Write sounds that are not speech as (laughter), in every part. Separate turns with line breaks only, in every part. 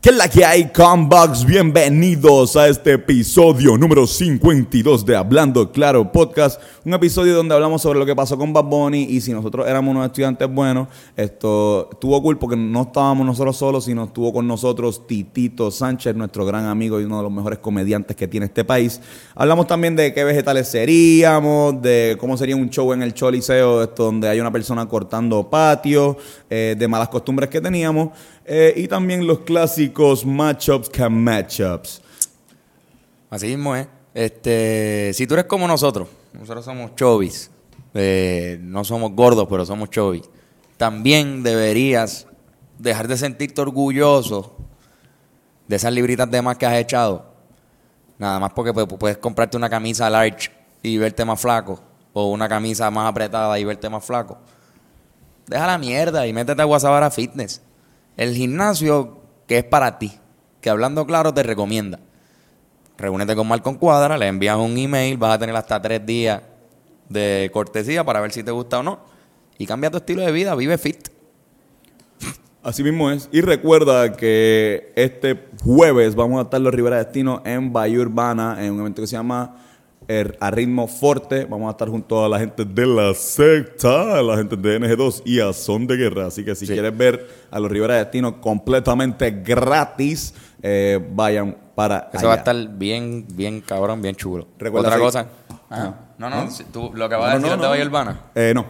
¿Qué es la que hay, Combox? Bienvenidos a este episodio número 52 de Hablando Claro Podcast. Un episodio donde hablamos sobre lo que pasó con Bad Bunny y si nosotros éramos unos estudiantes buenos, esto tuvo cool porque no estábamos nosotros solos, sino estuvo con nosotros Titito Sánchez, nuestro gran amigo y uno de los mejores comediantes que tiene este país. Hablamos también de qué vegetales seríamos, de cómo sería un show en el Choliseo, esto donde hay una persona cortando patio, eh, de malas costumbres que teníamos eh, y también los clásicos matchups que matchups.
Así mismo es. Este, si tú eres como nosotros, nosotros somos chovis. Eh, no somos gordos, pero somos chovis. También deberías dejar de sentirte orgulloso de esas libritas de más que has echado. Nada más porque pues, puedes comprarte una camisa large y verte más flaco. O una camisa más apretada y verte más flaco. Deja la mierda y métete a Guasabara Fitness. El gimnasio que es para ti, que hablando claro te recomienda. Reúnete con Malcon Cuadra, le envías un email, vas a tener hasta tres días de cortesía para ver si te gusta o no. Y cambia tu estilo de vida, vive fit.
Así mismo es. Y recuerda que este jueves vamos a estar los Rivera Destino en Bahía Urbana, en un evento que se llama eh, A Ritmo Forte. Vamos a estar junto a la gente de la secta, a la gente de NG2 y a Son de Guerra. Así que si
Sí.
quieres ver a los Rivera Destino completamente gratis, eh, vayan para
Eso va a
allá.
estar bien, bien cabrón, bien chulo.
Recuerda
Otra
si-
cosa. Ah, no, no, si tú- lo que vas
No, no,
a decir es de
no.
Bahía Urbana.
Eh, no.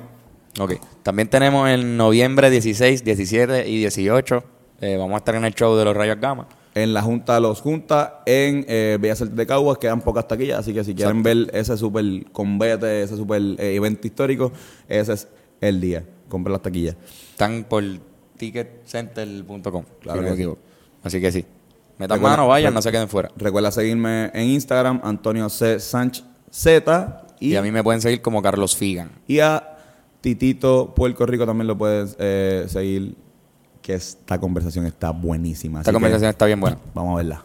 Ok. También tenemos en noviembre 16, 17 y 18. eh, vamos a estar en el show de los Rayos Gama.
en la Junta de los Juntas, en eh, Bellas Artes de Caguas, quedan pocas taquillas, así que si quieren ver ese super combate, ese super eh, evento histórico, ese es el día. Compren las taquillas.
Están por ticketcenter.com.
Claro
si no
que
me
sí.
equivoco. Así que sí. Metan
Recuerda-
mano, vayan, no se queden fuera.
Recuerda seguirme en Instagram, Antonio C. Sánchez Z,
Y,
y,
a mí me pueden seguir como Carlos Figan.
y a Titito Puerco Rico también lo puedes eh, seguir, que esta conversación está buenísima.
Esta
así que
conversación está bien buena.
Vamos a verla.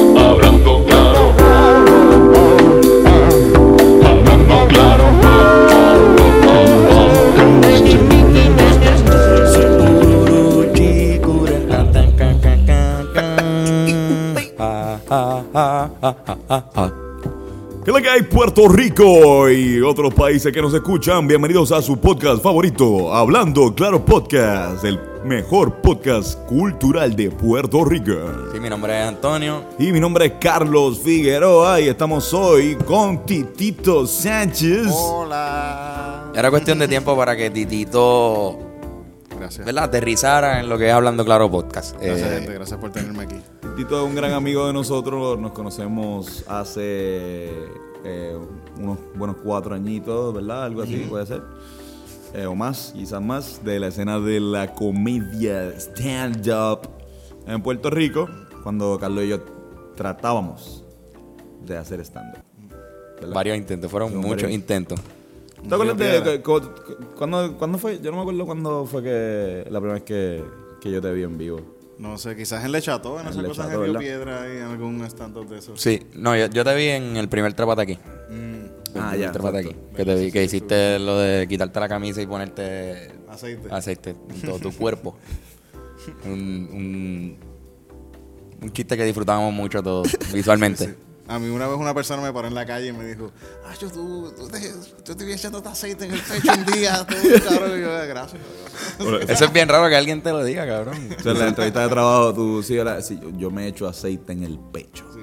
Hablando claro. Hablando claro. Hablando claro.
¿Qué es la que hay Puerto Rico y otros países que nos escuchan? Bienvenidos a su podcast favorito, Hablando Claro Podcast, el mejor podcast cultural de Puerto Rico.
Sí, mi nombre es Antonio.
Y mi nombre es Carlos Figueroa y estamos hoy con Titito Sánchez.
Era cuestión de tiempo para que Titito
Gracias.
¿verdad? aterrizara en lo que es Hablando Claro Podcast. Eh,
Gracias, gente. Gracias por tenerme aquí.
Titito es un gran amigo de nosotros, nos conocemos hace eh, unos buenos cuatro añitos, ¿verdad? Algo así puede ser. Eh, o más, quizás más, de la escena de la comedia stand-up en Puerto Rico, cuando Carlos y yo tratábamos de hacer stand-up. ¿verdad?
varios intentos, fueron
Sí,
muchos
varios.
intentos.
¿Te acuerdas de
Río Piedra.
cu- cu- cuándo, cuándo fue? Yo no me acuerdo cuándo fue que la primera vez que, que yo te vi en vivo.
No sé, quizás en Lechato, en
En
esas
Le
cosas
Chateau,
en Río
¿verdad?
Piedra y en algún stand-up de esos. Mm,
Sí, no, yo, yo te vi en el primer trapate aquí. El
Ah,
primer
ya.
Trépate
exacto. (laughs)
aquí. Que te vi que hiciste lo de quitarte la camisa y ponerte
Aceite.
aceite en todo tu cuerpo. Un, un, un chiste que disfrutábamos mucho todos visualmente.
A mí una vez una persona me paró en la calle y me dijo, ah, yo, tú, tú te, yo te vi echando este aceite en el pecho un día, tú, cabrón. Y yo, "Ah, gracias.
Eso es bien raro que alguien te lo diga, cabrón.
O sea, en la entrevista de trabajo, tú sí, la- sí, yo, yo me echo aceite en el pecho.
Sí.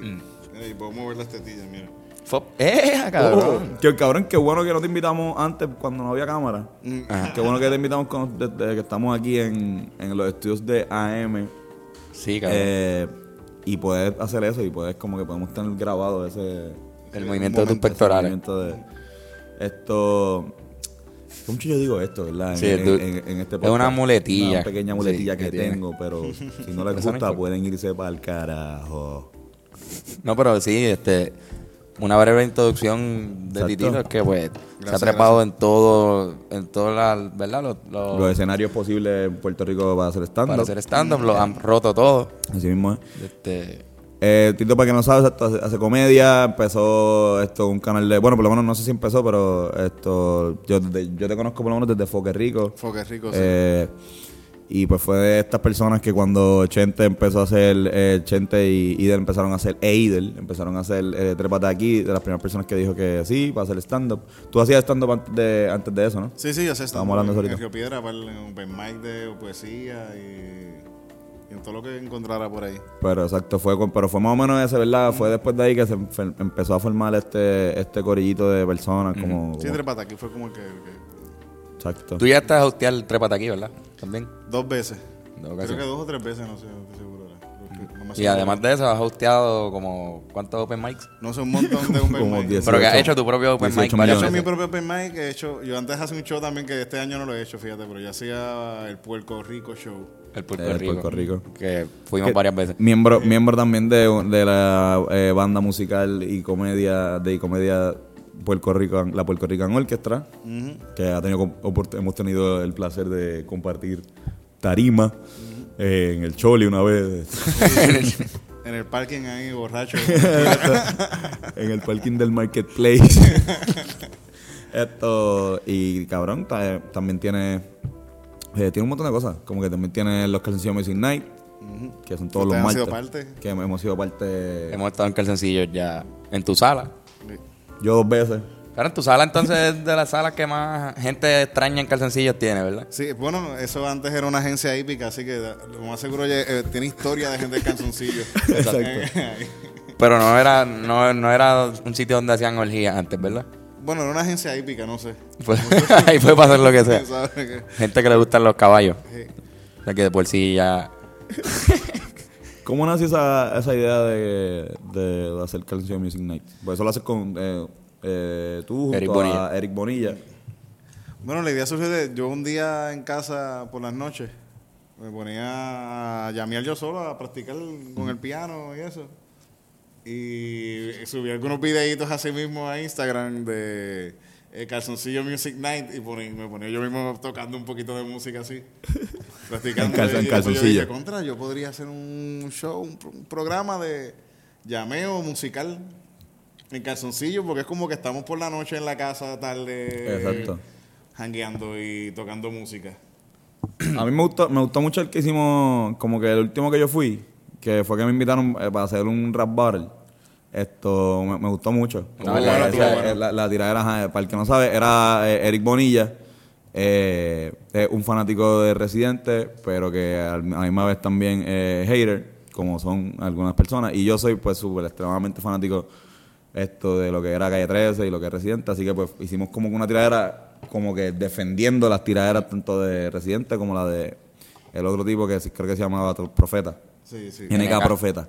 Mira, y puedo mover las tetillas, mira.
Fop. ¡Eh, cabrón!
Que cabrón, qué bueno que no te invitamos antes cuando no había cámara.
Mm,
Qué bueno que te invitamos con- desde que estamos aquí en, en los estudios de AM.
Sí, cabrón.
eh, y poder hacer eso y poder como que podemos tener grabado ese
el movimiento de tus
momento,
pectorales.
movimiento de esto. ¿Cómo yo digo esto, verdad? En,
Sí,
en-
tú-
en- en este
es una muletilla.
Una pequeña muletilla
Sí,
que,
que tiene.
tengo, pero si no les
Eso no
gusta
importa.
pueden irse para el carajo.
No, pero sí, este, una breve introducción de
Exacto.
Titito es que pues se ha
Gracias,
trepado en todo, en todas las, ¿verdad? Los, los-
Los escenarios posibles en Puerto Rico para hacer
Oh. para
stand-up.
hacer stand-up, lo han roto todo.
Así mismo es.
Este,
Eh, Tito, para que no sabes, esto hace, hace comedia, empezó esto un canal de... Bueno, por lo menos no sé si empezó, pero esto yo, desde- yo te conozco por lo menos desde Foque Rico.
Foque Rico, sí.
Eh, y pues fue de estas personas que cuando Chente empezó a hacer, eh, Chente y Idel empezaron a hacer, e Idel empezaron a hacer eh, Tres Patas Aquí, de las primeras personas que dijo que sí, para hacer stand-up. Tú hacías stand-up antes de, antes de eso, ¿no?
Sí, sí, yo sé.
Estábamos hablando
en,
ahorita.
en Río Piedra, para el- en un open mic de poesía y, y en todo lo que encontrara por ahí.
Pero exacto, fue con- pero fue más o menos ese, ¿verdad? Fue después de ahí que se enfer- empezó a formar este, este corillito de personas como,
Sí,
como-
Tres Patas, aquí fue como el que, el que-
exacto.
Tú ya estás a hostear el trépate aquí, ¿verdad? También.
dos veces.
Dos
Creo
ocasiones.
que dos o tres veces, no sé, no estoy seguro. ahora. Creo que- no me
Y
acuerdo.
además de eso, has hosteado como cuántos open mics.
No sé, un
(laughs)
montón de un
Como
open mic.
10.
Pero que has
18,
hecho tu propio open
18
mic varias
Yo he hecho mi
veces.
propio open mic, he hecho, yo antes hacía un show también que este año no lo he hecho, fíjate, pero yo hacía el Puerco Rico Show.
El Puerto,
El
Rico,
Puerto Rico.
Que fuimos
Que- (laughs)
varias veces. (laughs)
Miembro, miembro también de, de la eh, banda musical y comedia de y comedia Puerto Rico, la Puerto Rican Orchestra, que ha tenido com- opor- hemos tenido el placer de compartir tarima eh, en el Choli una vez,
En el parking ahí, borracho.
(laughs)
en el parking del marketplace. Esto y cabrón ta- también tiene eh, tiene un montón de cosas, como que también tiene los canciones Music Night, que son todos los
Ustedes han
martes,
sido parte.
que hemos sido parte
Hemos estado en calzoncillos ya en tu sala.
yo dos veces.
Claro, en tu sala entonces es de las salas que más gente extraña en calzoncillos tiene, ¿verdad?
Sí, bueno, eso antes era una agencia hípica, así que da- lo más seguro oye, eh, tiene historia de gente
(laughs)
en canzoncillo. (laughs)
Exacto.
Pero no era, no, no era un sitio donde hacían orgías antes, ¿verdad? (laughs)
bueno, era una agencia hípica, no sé.
Fue- ahí fue para hacer lo que sea.
¿Sabes qué?
Gente que le gustan los caballos.
Sí.
O sea que de por sí ya.
¿Cómo nació esa, esa idea de, de, de hacer canción Music Night? Pues eso lo haces con eh, eh, tú junto
Eric
a
Bonilla.
Eric Bonilla.
Bueno, la idea surgió de yo un día en casa por las noches me ponía a llamear yo solo a practicar con el piano y eso. Y subí algunos videitos así mismo a Instagram de eh, Calzoncillo Music Night y pone- me ponía yo mismo tocando un poquito de
(laughs)
música así. practicando.
En calzo- en
Y después yo
calzoncillo.
dije, contra, yo podría hacer un show, un, pro- un programa de llameo musical en calzoncillo porque es como que estamos por la noche en la casa tarde.
Exacto.
Hangueando y tocando música.
A mí me gustó, me gustó mucho el que hicimos, como que el último que yo fui, que fue que me invitaron eh, para hacer un rap battle. Esto me, me gustó mucho. Como
bueno,
que
estuvo
esa- eh,
bueno.
La, la tiradera, ajá, para el que no sabe, era eh, Eric Bonilla, eh, eh, un fanático de Residente, pero que al- a la misma vez también eh, hater, como son algunas personas. Y yo soy, pues, súper extremadamente fanático esto de lo que era Calle 13 y lo que es Residente. Así que, pues, hicimos como que una tiradera, como que defendiendo las tiraderas tanto de Residente como la de el otro tipo que sí- creo que se llamaba Profeta.
Sí, sí.
NK,
NK.
Profeta.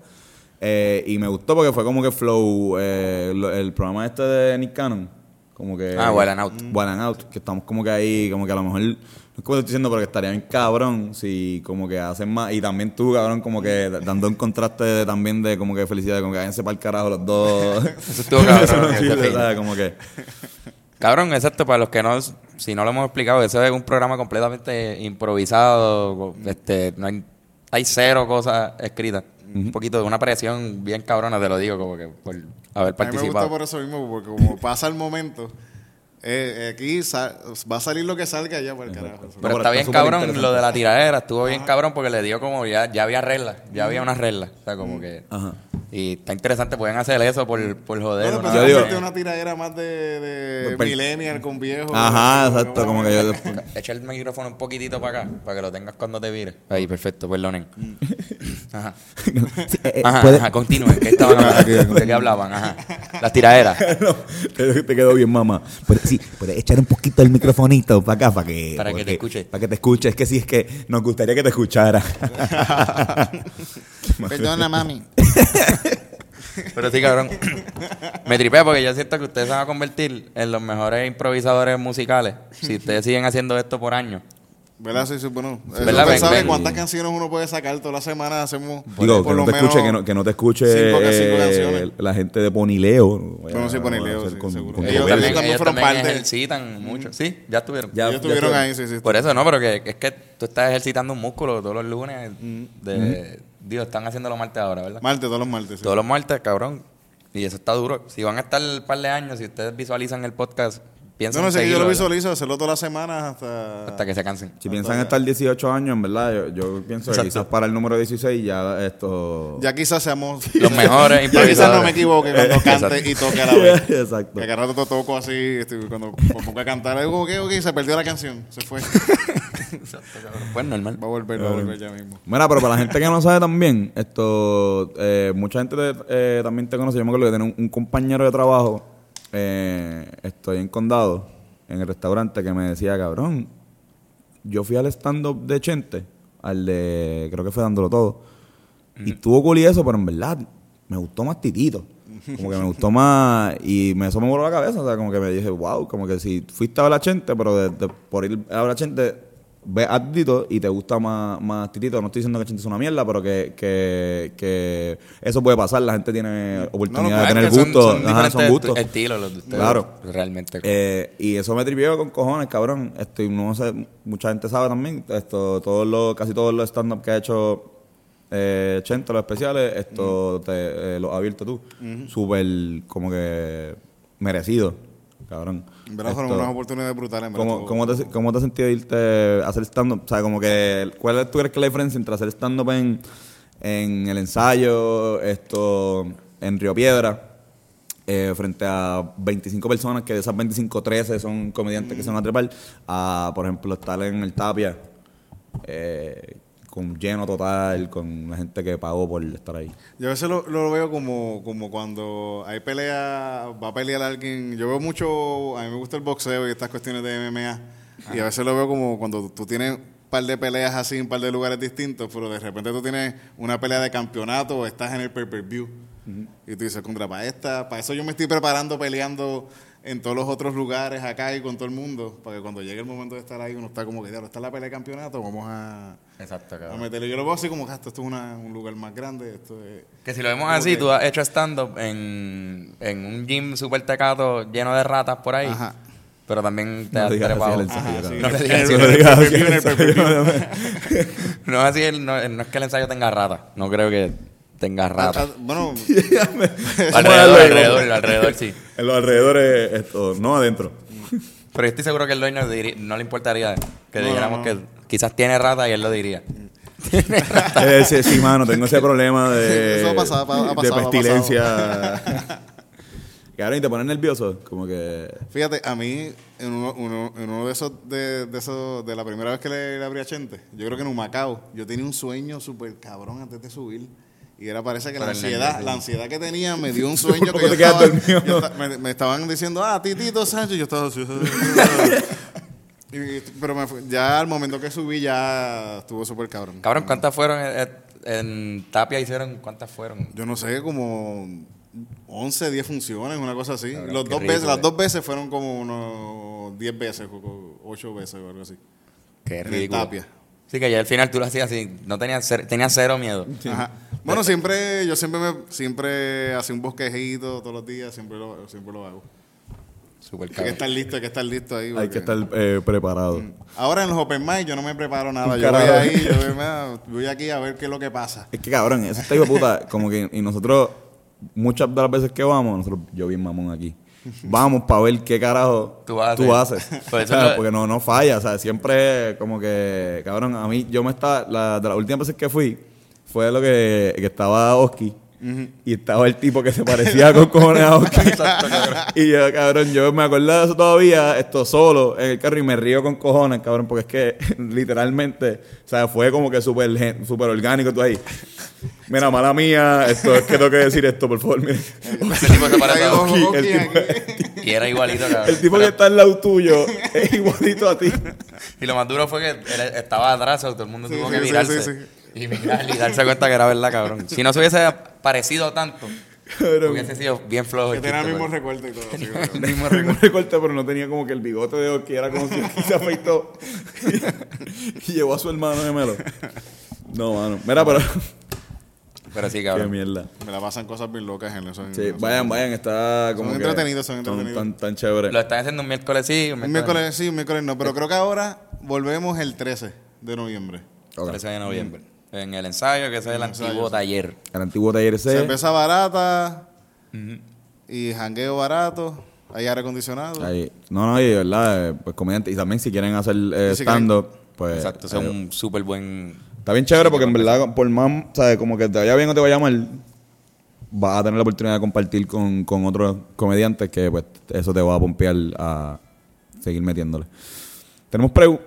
Eh, y me gustó porque fue como que Flow, eh, lo- el programa este de Nick Cannon. Como que, Mm.
Ah, Wild 'N Out.
Wild 'N Out, que estamos como que ahí, como que a lo mejor, no es como te estoy diciendo, pero que estaría bien cabrón si como que hacen más. Y también tú, cabrón, como que da- dando un contraste de- también de como que felicidad, como que váyanse para el carajo los dos.
(laughs) Eso estuvo cabrón,
(laughs) Eso no
ese
sirve,
fin.
¿sabes? Como que,
Cabrón, exacto, para los que no, si no lo hemos explicado, eso es un programa completamente improvisado, este, no hay, hay cero cosas escritas. Un poquito de una presión bien cabrona, te lo digo, como que por haber
A mí me gusta
participado.
por eso mismo, porque como pasa el momento, eh, aquí sa- va a salir lo que salga allá para el carajo.
Exacto. No,
Pero
pero
está
está
bien
súper
cabrón
interesante.
lo de la tiradera, estuvo bien cabrón porque le dio como ya, ya había reglas, ya había unas reglas, o sea, como que...
ajá.
Y está interesante, pueden hacer eso por, por joder.
Bueno,
una-
pero
Yo
yo
digo-
una tiradera más de, de
Pero-
millennial con viejo.
Ajá, exacto, como que
(laughs)
yo. (laughs)
Echa el micrófono un poquitito para acá, para que lo tengas cuando te vire. Ahí, perfecto, perdonen.
Mm.
(laughs) Ajá.
eh,
Ajá, ajá, continúen. ¿Qué estaban
(laughs)
hablando? ¿De qué hablaban? Ajá. Las tiraderas.
No, te, te quedó bien, mamá. Pero sí, pero echar un poquito el microfonito para acá, para que...
Para que te
porque-
escuche.
Para que te escuche. Es que sí, es que nos gustaría que te escuchara.
(laughs)
(laughs)
Perdona, mami.
Pero sí,
(laughs)
cabrón. Me tripea porque yo siento que ustedes se van a convertir en los mejores improvisadores musicales si ustedes siguen haciendo esto por años.
(laughs) ¿Verdad? Sí, sí, bueno. Eh,
¿Verdad?
¿Usted
Ven,
sabe
ven.
cuántas canciones uno puede sacar toda la semana? Hacemos
Digo, que no, te escuche, que, no, que no te escuche
cinco ca- cinco
eh,
canciones.
la gente de Ponileo.
Bueno, sí, Ponileo,
Voy a hacer
sí, seguro.
con-
Ellos
con-
también- fueron parte. Mm.
ejercitan mucho. Sí, ya estuvieron.
Ya-
Ellos estuvieron
ya
ahí, sí, sí.
Mm.
Por eso, no, pero que es que tú estás ejercitando un músculo todos los lunes de, Dios, están haciéndolo martes ahora, ¿verdad?
Martes, todos los martes. sí.
Todos los martes, cabrón. Y eso está duro. Si van a estar un par de años, si ustedes visualizan el podcast, piensen
No, no sé, que yo
seguirlo,
lo
¿verdad?
visualizo, hacerlo todas las semanas hasta...
Hasta que se cansen.
Si piensan estar 18 años, en verdad, yo, yo pienso que
Exacto.
quizás para el número 16 ya esto...
Ya quizás seamos...
(laughs) Los mejores
(laughs) Ya quizás
improvisadores.
no me equivoque
(laughs)
cuando
Exacto.
cante y toque a la
(laughs)
vez.
Exacto.
Que cada rato te toco así, este, cuando me pongo a cantar algo, ok, ok, se perdió la canción, se fue. Va
Pues normal.
a volver, va a volver ya mismo.
Mira, pero para la gente que no sabe también, esto, eh, mucha gente te- eh, también te conoce. Yo me acuerdo que tenía un, un compañero de trabajo, eh, estoy en condado, en el restaurante, que me decía, cabrón, yo fui al stand-up de Chente, al de, creo que fue dándolo todo, y tuvo cool y eso, pero en verdad me gustó más Titito. Como que me gustó más, y me, eso me voló la cabeza, o sea, como que me dije, wow, como que si fuiste a ver a Chente, pero de- de- por ir a ver a Chente, ves a Titito y te gusta más, más Titito. No estoy diciendo que Chente es una mierda, pero que, que, que eso puede pasar, la gente tiene oportunidad de
claro,
tener
que son-
gusto,
son
ajá, son
diferentes
gustos.
estu- estilos los de ustedes.
Claro.
Realmente.
Este,
Eh, y eso me tripió con cojones, cabrón. Esto, y no sé, mucha gente sabe también, esto, todos los, casi todos los stand-up que ha hecho eh, Chente, los especiales, esto te, eh, los has abierto tú. Súper, como que merecido, cabrón.
En verdad fueron
Esto,
unas oportunidades brutales, en verdad.
¿Cómo,
estuvo-
cómo te, ¿Cómo te has sentido irte a hacer stand-up? O sea, como que, ¿cuál es, tú crees que es la diferencia entre hacer stand-up en, en el ensayo, esto, en Río Piedra, eh, frente a 25 personas, que de esas 25, 13 son comediantes que se van a trepar, a, por ejemplo, estar en el Tapia, eh, con lleno total, con la gente que pagó por estar
(laughs)
ahí?
Yo a veces lo, lo veo como, como cuando hay pelea, va a pelear alguien. Yo veo mucho, a mí me gusta el boxeo y estas cuestiones de MMA. Y a veces lo veo como cuando tú tienes un par de peleas así en un par de lugares distintos, pero de repente tú tienes una pelea de campeonato o estás en el pay-per-view. Y tú dices, contra, para esta, para eso yo me estoy preparando, peleando en todos los otros lugares acá y con todo el mundo, para que cuando llegue el momento de estar ahí uno está como que, diablo, está la pelea de campeonato, vamos a,
Exacto,
a
cabrón.
meterle. Yo lo veo así como, "Ah, esto es una- un lugar más grande, esto es...
Que si lo vemos
Como
así,
que-
tú has hecho stand-up en, en un gym súper tecato lleno de ratas por ahí.
Ajá.
Pero también te
No
has
digas así
trepado.
el ensayo,
Ajá, sí.
cabrón. (laughs)
No le
En
digas así
el- en
el
el
ensayo.
pay-per-view, en el pay-per-view.
No es así, el- no, no es que el ensayo tenga ratas. No creo que tenga
Ah,
ratas.
(laughs)
ah, Bueno,
Alrededor, alrededor, alrededor, sí.
En los alrededores, esto, no adentro.
Pero yo estoy seguro que el dueño diri- no le importaría que
No,
dijéramos
no.
que quizás tiene rata y él lo diría.
Eh, sí, sí, mano, tengo ese problema de,
(laughs) Eso ha pasado, ha pasado, ha
de
pasado.
pestilencia. (laughs) Cabrón, y te pones nervioso, como que...
fíjate, a mí, en uno, uno- en uno de esos, de, de esos, de la primera vez que le, le abrí a Chente, yo creo que en Humacao, yo tenía un sueño súper cabrón antes de subir. Y era parece que la
Por el
ansiedad,
nervio, sí.
la ansiedad que tenía me dio
(laughs)
un sueño que
poco
yo
te quedas
estaba-
dormido,
yo
¿no?
esta- me, me estaban diciendo, ah, Titito Sánchez, yo estaba así.
(laughs)
Y- pero me fue- ya al momento que subí ya estuvo súper cabrón.
Cabrón, ¿cuántas fueron eh, eh, en Tapia hicieron? ¿Cuántas fueron?
Yo no sé, como 11, 10 funciones, una cosa así.
Cabrón,
Los
qué
dos
rico,
veces, las
eh.
dos veces fueron como unos 10 veces, o- o 8 veces o algo así.
Qué
En el
ridículo.
Tapia.
Sí, que ya al final tú lo hacías así, no tenía cero, tenía cero
(laughs)
miedo.
Ajá. Bueno, siempre, yo siempre me, siempre hacía un bosquejito todos los días, siempre lo, siempre lo hago.
Súper
Hay que
cabrón.
estar listo, hay que Mm. estar listo ahí.
Hay
porque-
que estar eh, preparado.
Ahora en los open mic yo no me preparo nada.
Un
Yo voy
carajo.
ahí, yo voy, "Mira, voy aquí a ver qué es lo que pasa.
(laughs) Es que cabrón, eso está hijo de puta. Como que, y nosotros, muchas de las veces que vamos, nosotros, yo bien mamón aquí. Vamos para ver qué carajo
Tú haces. (laughs) Por eso
O sea,
lo-
Porque no, no falla. O sea, siempre como que, cabrón, a mí, yo me estaba, la, de las últimas veces que fui, fue lo que, que estaba Oski. Y estaba el tipo que se parecía con cojones a
(laughs)
Oski. y yo, cabrón, yo me acuerdo de eso todavía, esto solo en el carro y me río con cojones, cabrón, porque es que (laughs) literalmente, o sea, fue como que súper gen- súper orgánico tú ahí. Mira, mala mía, esto es que tengo que decir esto, por favor. mira.
Ese tipo
(laughs)
se parece a
Traigo
Oki.
Oki
el tipo-
aquí.
Y era igualito, cabrón.
El tipo que
Pero-
está al lado tuyo es igualito a
(laughs)
ti.
Y lo más duro fue que él estaba atrás, o todo el mundo
Sí,
tuvo
sí,
que
sí,
mirarse.
sí,
Y mirar y darse cuenta que era verdad, cabrón. Si no se hubiese parecido tanto,
Cabrón.
hubiese sido bien flojo.
Que
el
tenía el
(laughs)
chiste,
mismo
pero-
recuerdo y todo. así, cabrón.
El mismo recorte, pero no tenía como que el bigote de Oki, era como si Oki se afeitó y, y llevó a su hermano gemelo. No, mano. Mira, pero.
pues. Pero sí,
Qué
cabrón. Mm,
mierda.
Me la pasan cosas bien locas en eso.
Sí,
en eso.
vayan, vayan, está como.
Son
que-
entretenidos, son entretenidos.
Tan, tan chévere.
Lo están haciendo un miércoles sí, un
Eh.
miércoles,
Un miércoles sí, un miércoles no. Pero creo que ahora volvemos el 13 de noviembre.
Ok.
13 de noviembre. En el ensayo, que ese es el
En el ensayo,
antiguo
sí.
taller.
El antiguo taller ese.
Cerveza barata y jangueo barato. Hay aire acondicionado.
Ahí. No, no, y de verdad, eh, pues comediante. Y también si quieren hacer eh,
Y si quieren-
stand-up, pues.
Exacto, ese es
eh,
un súper buen...
Está bien chévere porque en verdad, por más, ¿sabes? Como que te vaya bien o te vaya mal, vas a tener la oportunidad de compartir con, con otros comediantes que, pues, eso te va a pompear a seguir metiéndole. Tenemos preguntas.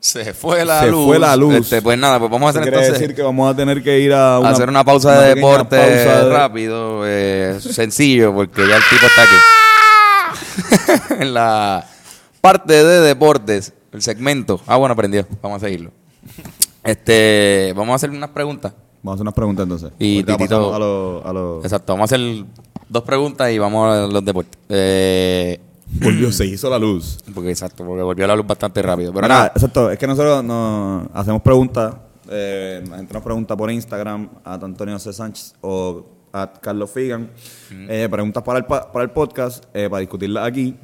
Se fue la
Se
luz.
fue la luz.
Este, pues nada, pues vamos a hacer
Quiere
entonces...
decir que vamos a tener que ir a una,
hacer una pausa de
pequeña
deporte
pausa de-
rápido, eh, sencillo, porque ya el tipo está aquí. (laughs) en la parte de deportes, el segmento. Ah, bueno, aprendió. Vamos a seguirlo. Este, vamos a hacer unas preguntas.
Vamos a hacer unas preguntas entonces.
Y
Ahorita
Titito-
pasamos a los. A los-
Exacto, vamos a hacer dos preguntas y vamos a los deportes. Eh,
Volvió, se hizo la luz.
porque exacto, porque volvió la luz bastante rápido. Pero
Mira,
nada,
exacto, es que nosotros nos hacemos preguntas, eh, la gente nos pregunta por Instagram, a Antonio C. Sánchez o a Carlos Figan, eh, preguntas para el, pa- para el podcast, eh, para discutirlas aquí.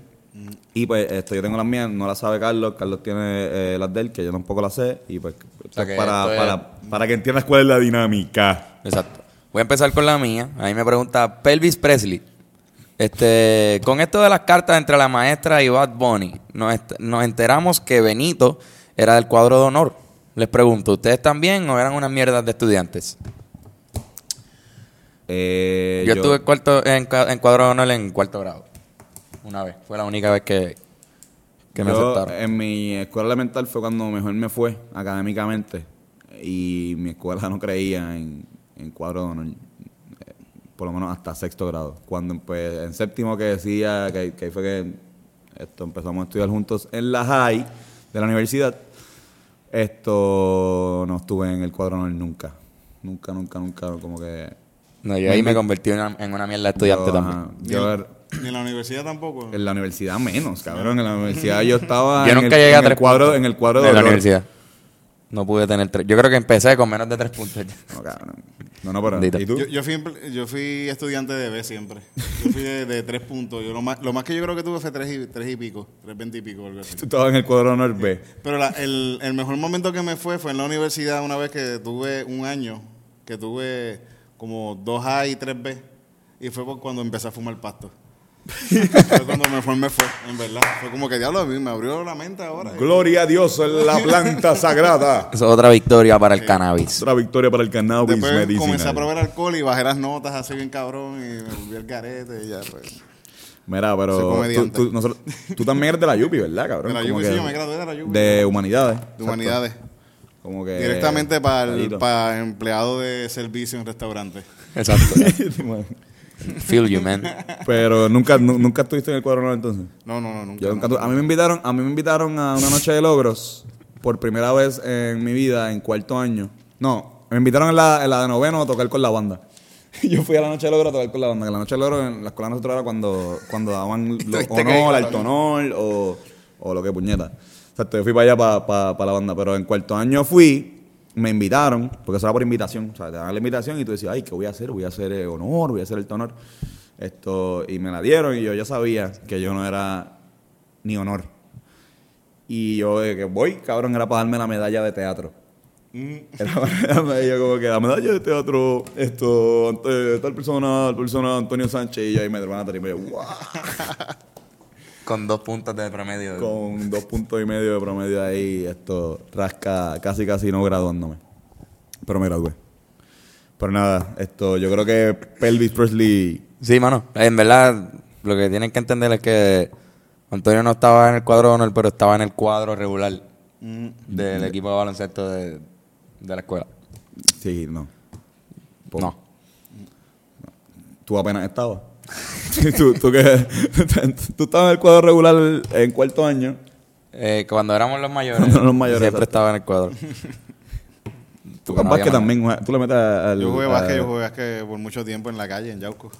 Y pues esto, yo tengo las mías, no las sabe Carlos, Carlos tiene eh, las de él, que yo tampoco las sé, y pues esto es
que
para,
esto es-
para, para que entiendas cuál es la dinámica.
Exacto. Voy a empezar con la mía. Ahí me pregunta Pelvis Presley. Este, con esto de las cartas entre la maestra y Bad Bunny, nos, est- nos enteramos que Benito era del cuadro de honor. Les pregunto, ¿ustedes también o eran unas mierdas de estudiantes?
Eh,
yo, estuve cuarto, en, cua- en cuadro de honor en cuarto grado. Una vez. Fue la única vez que, que me
Yo, eh,
aceptaron.
En mi escuela elemental fue cuando mejor me fue académicamente y mi escuela no creía en, en cuadro de honor, eh, por lo menos hasta sexto grado. Cuando pues, en séptimo que decía, que, que ahí fue que esto, empezamos a estudiar juntos en la high de la universidad, esto no estuve en el cuadro de honor nunca. Nunca, nunca, nunca, como que...
no, yo ahí me convertí en una, en una mierda de estudiante
yo,
también.
ajá, yo er-
Ni en la universidad tampoco.
en la universidad menos, cabrón. En la universidad yo estaba
Yo
Ah, en,
nunca
el,
llegué a
en el
tres
cuadro,
puntos
en el cuadro de
de la
honor.
universidad. No pude tener tres. Yo creo que empecé con menos de tres puntos.
No, cabrón. No, no, pero.
Bendito.
¿Y tú?
Yo, yo fui, empl- yo fui estudiante de B siempre. Yo fui de, de tres puntos. Yo lo, más, lo más que yo creo que tuve fue tres y, tres y pico. Tres veinte y pico, algo así.
Tú estabas en el cuadro honor B.
Pero la- el, el mejor momento que me fue fue en la universidad una vez que tuve un año, que tuve como dos A y tres B. Y fue por cuando empecé a fumar
(laughs)
pasto. fue cuando me fue, me fue, en verdad. Fue como que diablo, a mí me abrió la mente ahora.
Gloria a Dios en la planta sagrada.
Eso es otra victoria para el cannabis.
Otra victoria para el cannabis
Después comencé a
medicinal.
probar alcohol y bajé las notas así bien cabrón y me volví al carete y ya pues.
Mira,
Soy
pero tú,
comediante.
tú, nosotros- tú también eres de la Yupi, ¿verdad, cabrón?
De la
Como
Yupi,
que
sí, yo me gradué de la Yupi.
De Eh, humanidades.
De
exacto.
humanidades.
Como que
Directamente para, el,
Rayito. (laughs)
para empleado de servicio en restaurante.
Exacto. (laughs) Feel you, man.
pero nunca, nu- nunca estuviste en el cuadro honor entonces.
No, no, no, nunca.
Yo
no.
nunca tuve- a mí me invitaron, a mí me invitaron a una noche de logros por primera vez en mi vida en cuarto año. No, me invitaron en la, en la de noveno a tocar con la banda. (laughs) Yo fui a la noche de logros a tocar con la banda. Que la noche de logros en la escuela de nosotros era cuando, cuando (laughs) daban lo-
Tuviste que ir
honor,
para
alto honor o, o lo que puñeta. Exacto, yo fui para allá para la banda. Pero en cuarto año fui, me invitaron, porque eso era por invitación. O sea, te dan la invitación y tú decías, ay, ¿qué voy a hacer? Voy a hacer eh, honor, voy a hacer el honor. Esto, y me la dieron y yo ya sabía que yo no era ni honor. Y yo de que voy, cabrón, era para darme la medalla de teatro. (laughs) Era para darme- yo como que la medalla de teatro, esto, ante tal persona, tal persona, Antonio Sánchez, y yo ahí me van a tener, y yo, "Guau",
Con dos puntos de promedio.
con dos puntos y medio de promedio ahí, esto, rasca, casi casi no graduándome. Pero me gradué. Pero nada, esto, yo creo que Pelvis Presley,
Sí, mano. En verdad, lo que tienen que entender es que Antonio no estaba en el cuadro de honor, pero estaba en el cuadro regular
Mm,
del equipo de baloncesto de, de la escuela.
sí, no, Por-
No.
tú apenas estabas. (laughs) tú, tú que, (laughs) tú estabas en el cuadro regular en cuarto año.
Eh, cuando éramos los mayores,
Cuando éramos (laughs) los mayores,
siempre
exacto.
estaba en el cuadro.
(laughs) Tú
Porque
juegas
no
básquet
había
también, ¿no? tú le metes al...
Yo jugué básquet,
al-
yo jugué básquet por mucho tiempo en la calle, en Yauco.
más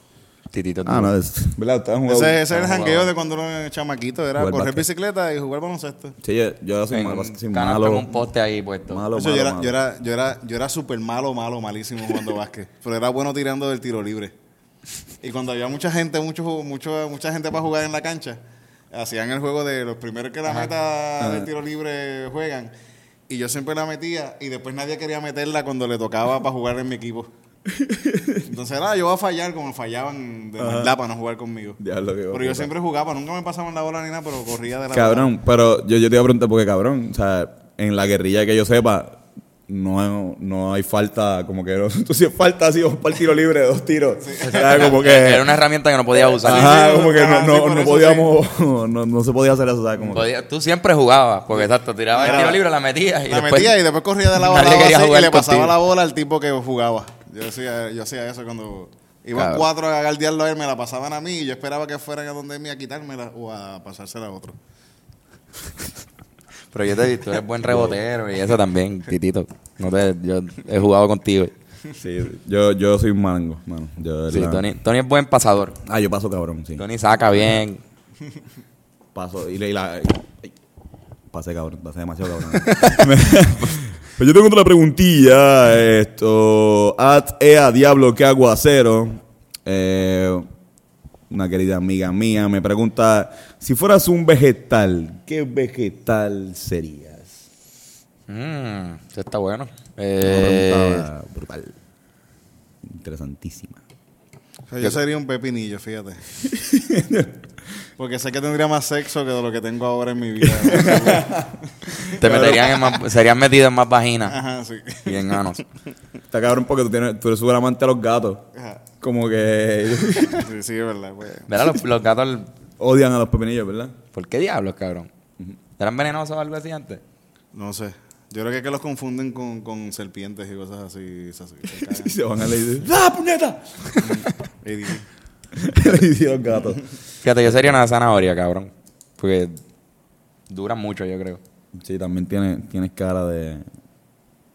Titito.
Ah, no, es... ¿Verdad? Ustedes han jugado-
Ese, ese era el
jugaba.
jangueo de cuando uno era chamaquito, era
Jugar
correr
básquet.
bicicleta y jugar baloncesto.
Sí, yo, yo soy
en
malo,
un
soy
canasto
malo,
con un poste ahí puesto.
malo,
Eso, yo,
malo,
era,
malo.
yo era, yo era, yo era súper malo, malo, malísimo jugando básquet. Pero era bueno tirando del tiro libre. Y cuando había mucha gente, mucho, ju- mucho, mucha gente para jugar en la cancha, hacían el juego de los primeros que la meta del tiro libre juegan. Y yo siempre la metía y después nadie quería meterla cuando le tocaba para jugar en mi equipo. Entonces era, yo voy a fallar como fallaban de maldad para no jugar conmigo.
Diablo, qué
Pero
bocota.
yo siempre jugaba, nunca me pasaban la bola ni nada, pero corría de la
Cabrón, pero yo, yo te iba a preguntar porque, cabrón, o sea, en la guerrilla que yo sepa, no, no hay falta, como que (laughs) no, tú si es falta así, vas para el tiro libre, dos tiros. O sea, como que...
Era una herramienta que no
Ah,
podías usar.
Ajá,
sí,
como que no,
ajá, sí,
no,
por
no
eso
podíamos, (laughs) no, no se podía hacer eso, ¿sabes? Como que-
Podía- tú siempre jugabas, porque exacto, tirabas el
Era-
tiro libre, la metías. Y
La
después,
metía y después corría de la
nadie
bola
quería
así, y
jugar
le pasaba
contigo.
la bola al tipo que jugaba. Yo hacía, yo hacía eso cuando iban
Cabrón.
cuatro a guardiarlo a él, me la pasaban a mí y yo esperaba que fueran a donde mí a quitármela o a pasársela a otro.
Pero yo te eh. vi, tú eres buen rebotero y eso también, Titito. No te, yo he jugado contigo.
Sí, yo, yo soy un mango, mano. Yo, de
Sí,
verdad.
Tony, Tony es buen pasador.
Ah, yo paso cabrón, sí.
Tony saca bien.
Paso y le y la. ay. Pasé cabrón, pasé demasiado cabrón. (laughs) pues yo tengo otra preguntilla. Esto. At Ea Diablo, que aguacero. Eh, una querida amiga mía me pregunta: si fueras un vegetal, ¿qué vegetal serías?
Mm, eso está bueno.
Una
Eh,
pregunta brutal. Interesantísima.
O sea, yo sería un pepinillo, fíjate. (laughs) Porque sé que tendría más sexo que de lo que tengo ahora en
(laughs)
mi vida.
te meterían en más, serían metidos en más vaginas
Ajá, sí.
y en (laughs) anos.
Está cabrón porque tú, tienes, tú eres súper amante a los gatos.
Ajá.
Como que (laughs)
Sí, sí, es verdad. pues.
Verá, los, los gatos,
odian a los pepinillos, ¿verdad?
¿por qué diablos, cabrón? ¿Eran venenosos o algo así antes?
No sé. Yo creo que, es que los confunden con, con serpientes y cosas así. esas- se
(laughs)
cagan.
Y (laughs) se van a leer. ¡Ah, puñeta!
Y di-
(laughs) Le dice los gatos.
Fíjate, yo sería una zanahoria, cabrón. Porque duran mucho, yo creo.
Sí, también tienes, tienes cara de,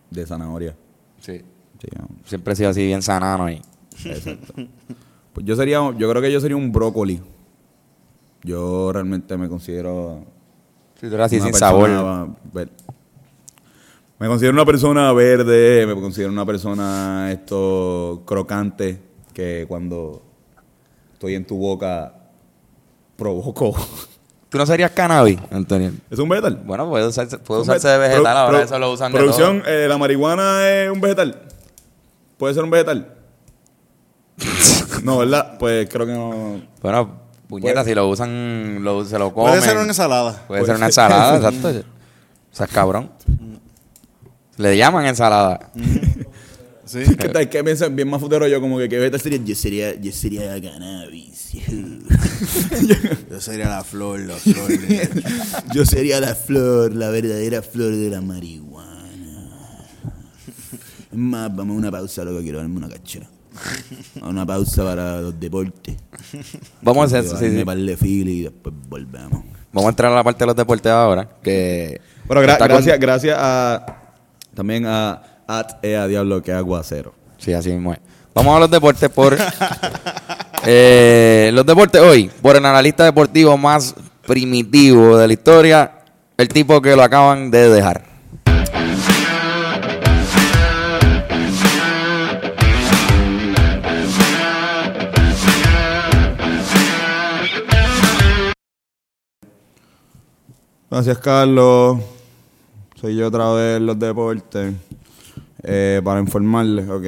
de zanahoria.
Sí.
Sí, no,
Siempre he sido así bien sanano y
exacto. Pues yo sería, yo creo que yo sería un brócoli. Yo realmente me considero
Si tú eras así
una
sin
persona
sabor.
va- ver- Me considero una persona verde, me considero una persona esto crocante que cuando estoy en tu boca provoco. (laughs)
¿Tú no serías cannabis, Antonio?
¿Es un vegetal?
Bueno, puede usarse, puede
Es un
usarse de
ve-
vegetal,
pro-
ahora
pro-
eso lo usan
Producción,
de
eh, la marihuana es un vegetal. ¿Puede ser un
(laughs)
vegetal? no, ¿verdad? Pues creo que
(laughs)
no.
todo. Bueno, puñetas,
Puede-
si lo usan, lo, se lo comen.
Puede ser una ensalada.
Puede ser una ensalada, exacto. O sea, es cabrón. Le llaman ensalada.
Sí.
¿Qué tal? ¿Qué piensas? Bien más futuro yo, como que ¿qué vegetal sería? Yo sería, yo sería cannabis. (laughs)
Yo sería la flor, la flor. de-
(laughs) yo sería la flor, la verdadera flor de la marihuana. Es más, vamos a una pausa, loco, quiero darme una cachera. A una pausa para los deportes.
Vamos a hacer eso, sí, sí.
Llevarme par de fili y después volvemos.
Vamos a entrar a la parte de los deportes ahora. Que
Bueno, gra-
está con-
gracias, gracias a también a at ea diablo que aguacero.
Sí, así mismo es. Vamos a los deportes por. Eh, los deportes hoy, por el analista deportivo más primitivo de la historia, el tipo que lo acaban de dejar.
Gracias, Carlos. Soy yo otra vez en los deportes. Eh, para informarles, ok.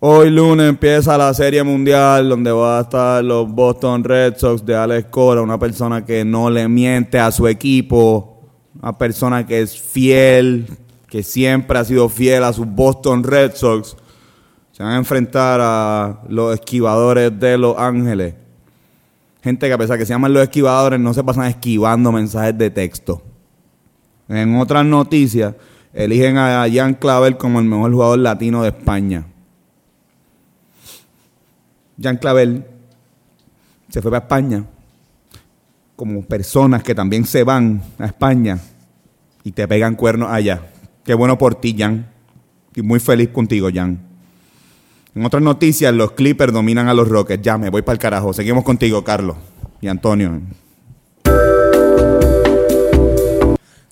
Hoy lunes empieza la Serie Mundial donde va a estar los Boston Red Sox de Alex Cora, una persona que no le miente a su equipo, una persona que es fiel, que siempre ha sido fiel a sus Boston Red Sox. Se van a enfrentar a los esquivadores de Los Ángeles. Gente que a pesar que se llaman los esquivadores, no se pasan esquivando mensajes de texto. En otras noticias, eligen a Jan Clavel como el mejor jugador latino de España. Jan Clavel se fue para España como personas que también se van a España y te pegan cuernos allá. Qué bueno por ti, Jan. Y muy feliz contigo, Jan. En otras noticias, los Clippers dominan a los Rockets. Ya, me voy para el carajo. Seguimos contigo, Carlos y Antonio.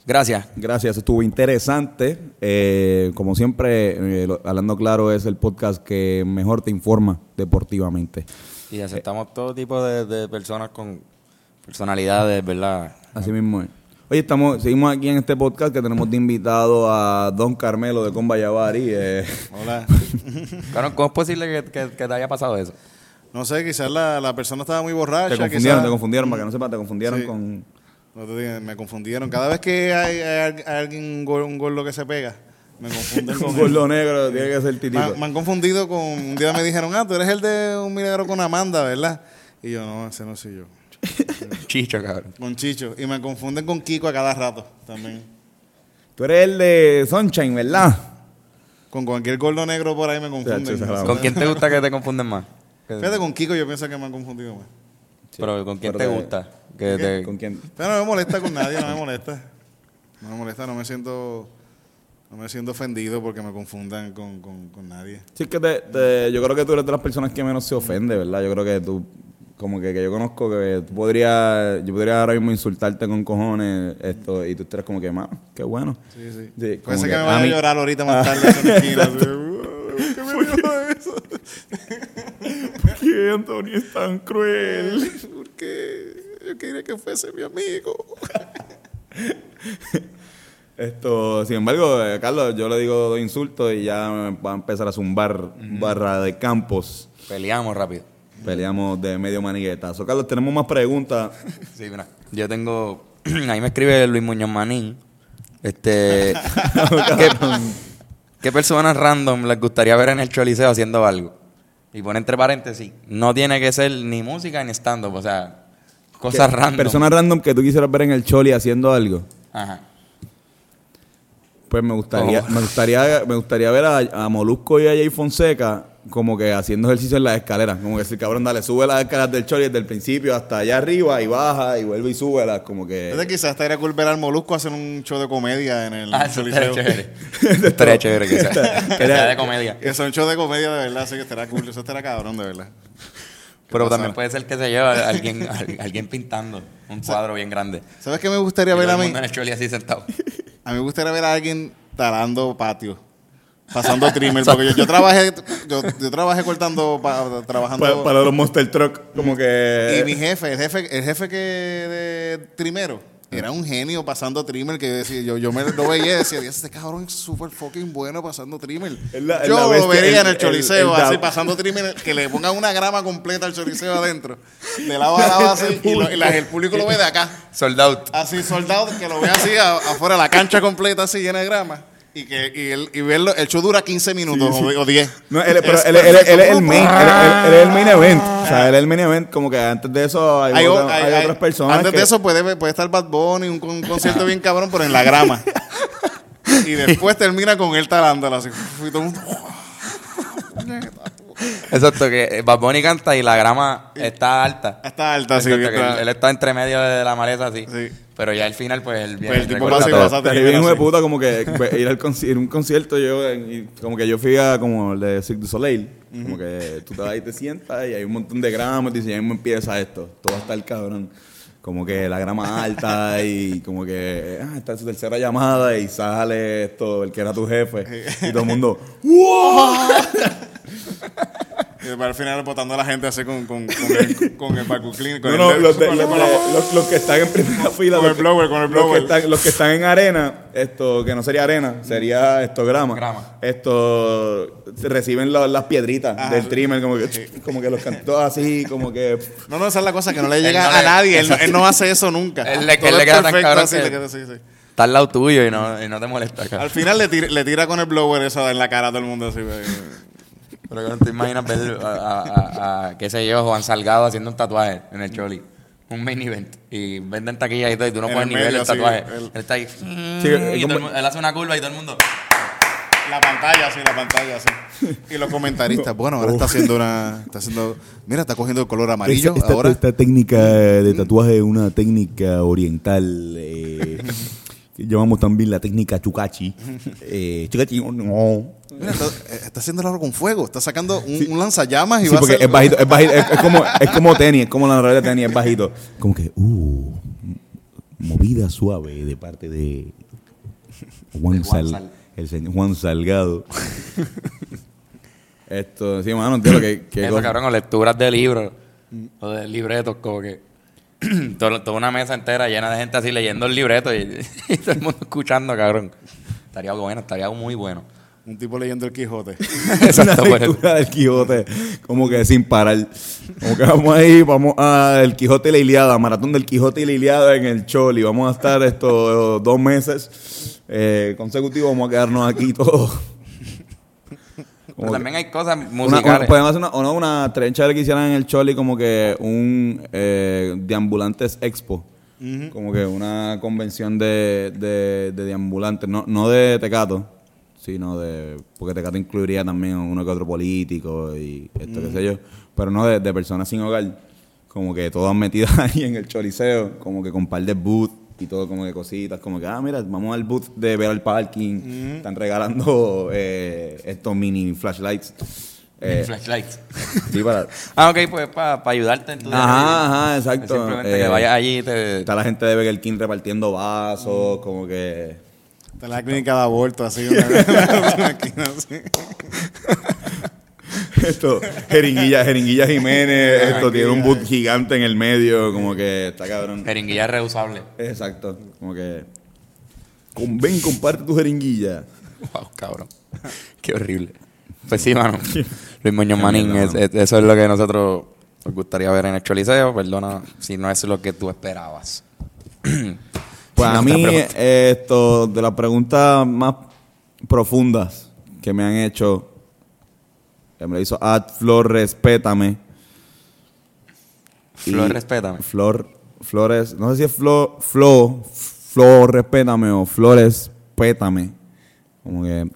Gracias.
Gracias, eso estuvo interesante. Eh, como siempre, eh, lo- Hablando Claro es el podcast que mejor te informa deportivamente.
Y
(laughs)
aceptamos todo tipo de, de personas con personalidades, ¿verdad?
Ah. Así mismo es. Oye, estamos, seguimos aquí en este podcast que tenemos de invitado a Don Carmelo de Combayabari. Eh.
Hola.
Claro, ¿cómo es posible que, que- que te haya pasado eso?
No sé, quizás la, la persona estaba muy borracha.
Te confundieron,
quizás-
te confundieron, para que no sepa, te confundieron
Sí.
con...
No te digan, me confundieron. Cada vez que hay, hay al- hay alguien gor- un gordo que se pega,
(laughs)
me confunden
Con
con
gordo negro, tiene que ser
Me,
titito.
han- me han confundido con. Un día me dijeron, ah, tú eres el de un milagro con Amanda, ¿verdad? Y yo, no, ese no soy yo.
Chicho, cabrón.
Con Chicho. Y me confunden con Kiko a cada rato también.
Tú eres el de Sunshine, ¿verdad?
Con cualquier gordo negro por ahí me
Chacho,
confunden.
esa
¿Con quién te gusta que te confunden más? Que-
Fíjate, con Kiko yo pienso que me han confundido más.
Pero ¿con quién
Pero
te
de-
gusta? Que te-
¿Con quién?
Pero no me molesta con nadie, no me molesta. No me molesta, no me siento. No me siento ofendido porque me confundan con, con, con nadie.
Sí, es que te, te- yo creo que tú eres de las personas que menos se ofende, ¿verdad? Yo creo que tú, como que, que yo conozco que tú podrías, yo podría ahora mismo insultarte con cojones esto y tú estarías como que, mano, qué bueno.
Sí, sí.
Sí, como
Pensé que,
que Ah.
me van
a
a,
mí-
llorar ahorita más tarde en
(laughs)
la esquina. así, "Uh, ¿Qué me dijo eso?
¿Por qué Antonio es tan cruel?
Porque yo quería que fuese mi amigo.
(laughs) Esto, sin embargo, eh, Carlos, yo le digo dos insultos y ya va a empezar a zumbar barra de campos. (laughs)
Peleamos rápido.
Peleamos de medio maniguetazo. Carlos, tenemos más preguntas.
Sí, mira. Yo tengo. (clears throat) Ahí me escribe Luis Muñoz Manín.
(laughs)
Este. (laughs) ¿qué, qué personas random les gustaría ver en el Choliseo haciendo algo? Y pone entre paréntesis. No tiene que ser ni música ni stand-up. O sea, cosas
¿Qué-
random.
Personas random que tú quisieras ver en el Choli haciendo algo.
Ajá.
Pues me gustaría,
Oh.
me gustaría, me gustaría ver a, a Molusco y a Jay Fonseca como que haciendo ejercicio en las escaleras. Como que el cabrón, dale, sube las escaleras del Choli desde el principio hasta allá arriba y baja y vuelve y sube las como
Entonces
que.
quizás estaría cool ver al Molusco hacer un show de comedia en el
Ah, eso (laughs) estaría
Coliseo. (laughs)
chévere. Eso estaría chévere que sea, que sea de comedia.
Eso es un show de comedia de verdad, así que estará cool. Eso estará cabrón de verdad.
Pero
pasara.
también puede ser que se lleve a alguien, a alguien pintando un cuadro bien grande.
¿Sabes qué me gustaría
Y todo
ver
el
a mí?
mundo en el Choli así sentado.
A mí me gustaría ver a alguien talando patio.
(laughs)
Pasando trimmer, porque yo, yo trabajé yo, yo trabajé cortando, pa- trabajando
Para, para los Monster Truck, como que.
Y mi jefe, el jefe, el jefe que de trimero,
Eh.
era un genio pasando trimmer que yo decía, yo, yo me lo veía y decía, "Dios, este cabrón es súper fucking bueno pasando trimmer.
Es la- es
yo
la
lo
bestia,
vería
el-
en el
el-
choriceo,
el
así
dab-
pasando trimmer, que le pongan una grama completa al choriceo adentro, de
(laughs)
lado a lado así, y, lo- y la- el público lo ve de acá,
Sold out.
así soldado, que lo ve así a- afuera, la cancha completa así llena de grama. Y que y el, y verlo, el show dura 15 minutos o- o 10.
(laughs) No, él, pero
Es
él, él- él- él es
perfecto.
el main, él, él- él es el main event. O sea, él es el main event. Como que antes de eso hay,
Hay,
otra-
o-
hay
hay-
otras personas.
Antes
que-
de eso puede, puede estar Bad Bunny, un, con- un concierto bien cabrón, pero en la grama. y después termina con él talándola. Así, y todo el mundo,
Exacto, que eh, Bad Bunny canta y la grama está alta.
está alta, así.
Exacto,
Ah, que
que él,
está-
él está entre medio de la maleza así.
Sí.
Pero ya al final, pues él viene.
Pues el tipo
recuerda
pasa y
todo.
pasa.
Estaría bien, hijo de
así.
puta, como que pues, ir al conci- ir a un concierto. Yo, eh, y como que yo fui a como el de Cirque du Soleil. Como que tú te vas y te sientas y hay un montón de gramas. Y dices, ya mismo empieza esto. Todo va a estar cabrón. Como que la grama alta y como que ah, está su tercera llamada y sale esto, el que era tu jefe. Y todo el mundo,
Y después al final botando a la gente así con,
(laughs)
con, con el, con el vacuclín, con
No, no,
el,
los, de-
con el-
los-
con la-
los- los que están en
(laughs)
primera fila. los
Con el
que-
blower, con
Los
el
que,
blower.
están, los que están en arena, esto, que no sería arena, sería esto, grama.
Grama.
Esto, reciben la- las piedritas
Ajá.
del trimmer, como que, (laughs) como que los cantó así, como (laughs) que...
No, no, esa es la cosa que no le llega
no le-
a nadie. Él, no- él no hace eso nunca.
Él le-
Todo
él le
es
queda tan
perfecto,
cabrón
así,
que-
le queda así, sí.
Está al lado tuyo y no, y no te molesta.
Al
Cara.
final le tira, le tira con el blower esa en la cara a todo el mundo así. güey.
Pero que no te imaginas ver a, a- a- a, qué sé yo, Juan Salgado haciendo un tatuaje en el Choli. Un main event. Y venden taquillas y todo. Y tú no
En
puedes ni
el
ver
medio,
el
así,
tatuaje.
el-
Él está ahí. mm,
Sí,
y
como-
todo el mu- él hace una curva y todo el mundo.
La pantalla, sí, la pantalla, sí. Y los comentaristas, bueno, ahora está haciendo una. Está haciendo. Mira, está cogiendo el
Este,
color amarillo
Esta- esta,
ahora.
esta técnica de tatuaje es una técnica oriental
(laughs)
eh, que llamamos también la técnica chucachi. Eh, chucachi, no.
Mira, está, eh, está haciendo el aro con fuego. Está sacando un, un lanzallamas y
Sí,
va
porque
a hacer-
es bajito, es bajito, es, es como, es como tenis, es como la realidad de tenis, es bajito. Como que, uh, movida suave de parte de Juan,
De Juan
Sal-
Sal.
el señor Juan Salgado. Esto, sí, mano, tío, lo que, que
Eso,
cosa.
cabrón, o lecturas de libros. O de libretos, como que. (clears throat) toda, toda una mesa entera llena de gente así leyendo el libreto y, (laughs) y todo el mundo escuchando, cabrón. Estaría bueno, estaría muy bueno.
(laughs)
Un tipo leyendo el Quijote.
Exacto, pues.
una
por eso.
lectura del Quijote, como que sin parar. Como que vamos ahí, vamos a El Quijote y la Iliada, maratón del Quijote y la Iliada en el Choli. Vamos a estar estos dos meses eh, consecutivos, vamos a quedarnos aquí todos.
Pero también hay cosas
Una-
Pues musicales.
una- podemos hacer una, o no, una trencha que hicieran en el Choli como que un eh, deambulantes expo. Como que una convención de, de, de deambulantes, no, no de Tecato, sino de... Porque Tecato incluiría también uno que otro político y esto qué sé yo, pero no de, de personas sin hogar, como que todas metidas (laughs) ahí en el choliseo, como que con par de booth y todo como que cositas, como que, ah, mira, vamos al booth de ver al parking, están regalando eh, estos mini flashlights. eh,
Flashlights.
Sí, (laughs) para.
Ah, ok, pues para ayudarte en tu día a día.
Ajá, ajá,
Es
exacto.
Simplemente
Eh,
que vayas allí y te...
Está la gente de Burger King repartiendo vasos, como que.
Está en la clínica de aborto, así. Una, (laughs) una esquina así.
Esto, jeringuilla, jeringuilla Jiménez, esto tiene un boot gigante en el medio, como que está cabrón. (laughs)
Jeringuilla reusable.
Exacto, como que. con- ven, comparte tu jeringuilla.
Wow, cabrón. (laughs) Qué horrible. Pues sí, mano. Luis Muñoz Manín, es- es- eso es lo que nosotros nos gustaría ver en el Choliseo. Perdona si no es lo que tú esperabas.
(clears throat)
(laughs)
Pues a
Otra
mí,
pregunta.
eh, esto, de las preguntas más profundas que me han hecho, que me lo hizo Ad Flor Respétame. Y
Flor, respétame.
Flor, Flores, no sé si es Flor, Flor, Flor Respétame o Flores Pétame. Como que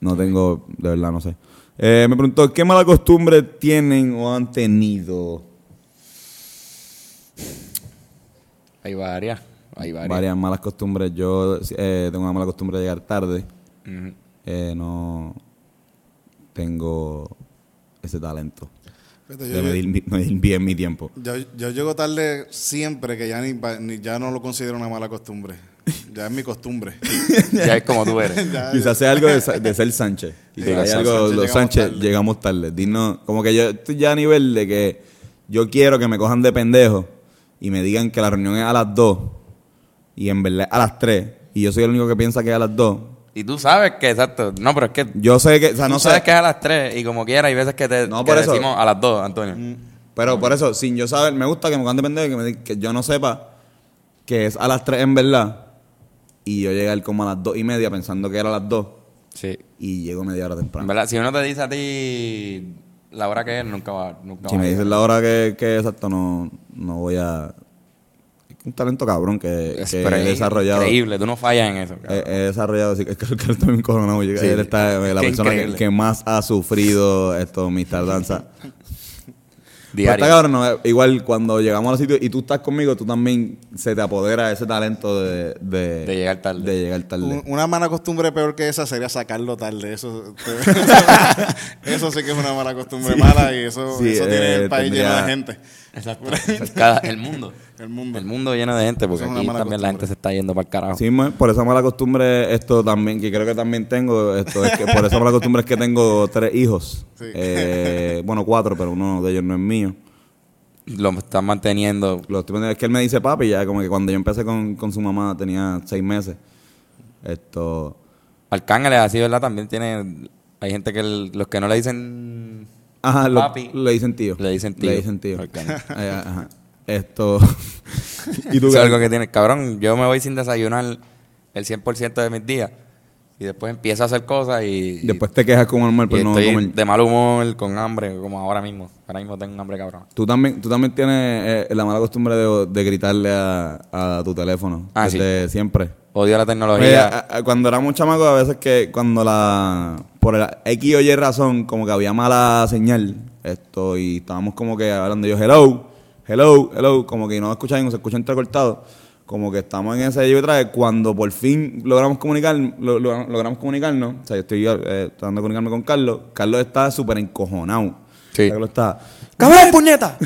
no tengo, de verdad, no sé. Eh, me preguntó, ¿qué mala costumbre tienen o han tenido?
Hay varias. Hay varias.
varias malas costumbres. Yo eh, tengo una mala costumbre de llegar tarde. Eh, no tengo ese talento
Fíjate,
de
yo-
medir, mi- medir bien mi tiempo.
Yo, yo llego tarde siempre que ya ni, pa- ni- ya no lo considero una mala costumbre. Ya es
(laughs)
mi costumbre.
Ya es como tú eres.
Ya-
Quizás sea algo de, sa- de ser
(laughs)
Sánchez.
Sí,
Hay
Sánchez,
algo, los
llegamos
Sánchez,
tarde.
llegamos tarde. Dinos, como que yo estoy ya a nivel de que yo quiero que me cojan de pendejo y me digan que la reunión es a las 2 y en verdad a las 3 y yo soy el único que piensa que es a las 2.
Y tú sabes que, exacto. No, pero es que.
Yo sé que, o sea, no
tú sabes
sé,
que es a las 3 y como quiera hay veces que te
No,
que
por eso. Mm.
decimos a las 2, Antonio.
Pero por eso, sin yo saber, me gusta que me cojan de pendejo y que, me di- que yo no sepa que es a las 3 en verdad. Y yo llegar como a las 2 y media pensando que era a las 2
Sí.
y llego media hora
En
temprano.
verdad, si uno te dice a ti la hora que es, nunca va. Nunca
Si
va a
me
llegar.
dices la hora que, que exacto, no, no voy a... Es un talento cabrón que,
Es
que
pre-
he desarrollado. Eh,
Increíble, tú no fallas en eso. cabrón.
He, he desarrollado, así que es que el Carlos también cojonado. yo-
Sí.
Él está eh, la
Qué
persona que,
increíble.
que más ha sufrido esto, mis tardanzas.
(laughs)
Pero
Diario.
pues está cabrón, no, eh, igual cuando llegamos a los sitios y tú estás conmigo, tú también se te apodera ese talento de, de,
De llegar tarde.
de llegar tarde.
un- una mala costumbre peor que esa sería sacarlo tarde.
(laughs)
Eso, te- eso sí que es una mala costumbre mala y eso,
Sí,
eso tiene
eh,
el país
tendría-
lleno de gente.
Exacto. Cada-
(laughs)
el mundo.
(laughs) El mundo.
El mundo lleno de gente, porque
Eso es una
aquí
mala
también la gente
costumbre.
se está yendo para el carajo.
Sí, ma- por esa mala costumbre, esto también, que creo que también tengo, esto es que por esa mala costumbre es que tengo tres hijos.
Sí.
Eh, bueno, cuatro, pero uno de ellos no es mío.
Lo están manteniendo.
Los tipos- es que él me dice papi, ya como que cuando yo empecé con, con su mamá tenía seis meses. Esto,
Arcángeles, así, ¿verdad? También tiene. Hay gente que el- los que no le dicen.
Ajá, lo-
Papi.
le dicen tío.
Le dicen tío.
Le dicen tío.
Ok.
Eh, ajá.
(laughs)
Esto. ¿Y
Eso
tú
es
qué?
algo que tiene. Cabrón, yo me voy sin desayunar el 100% de mis días. Y después empiezo a hacer cosas y.
Después te quejas con Omar por
y
Pues no
estoy
comer.
de mal humor, con hambre, como ahora mismo. Ahora mismo tengo un hambre, cabrón.
Tú también, tú también tienes eh, la mala costumbre de, de gritarle a, a tu teléfono.
Ah,
desde siempre.
Odio la tecnología.
Oye, Pues, a- a- cuando éramos chamacos, a veces que cuando la. Por la X o Y razón, como que había mala señal. Esto, y estábamos como que hablando yo, hello, hello, hello, como que no escuchan, no se escucha entrecortado. Como que estamos en ese yo trae. Cuando por fin logramos comunicar, lo- lo- logramos comunicarnos, o sea, yo estoy eh, tratando de comunicarme con Carlos, Carlos está súper encojonado.
Sí.
Carlos está.
¡Cabrón, puñeta!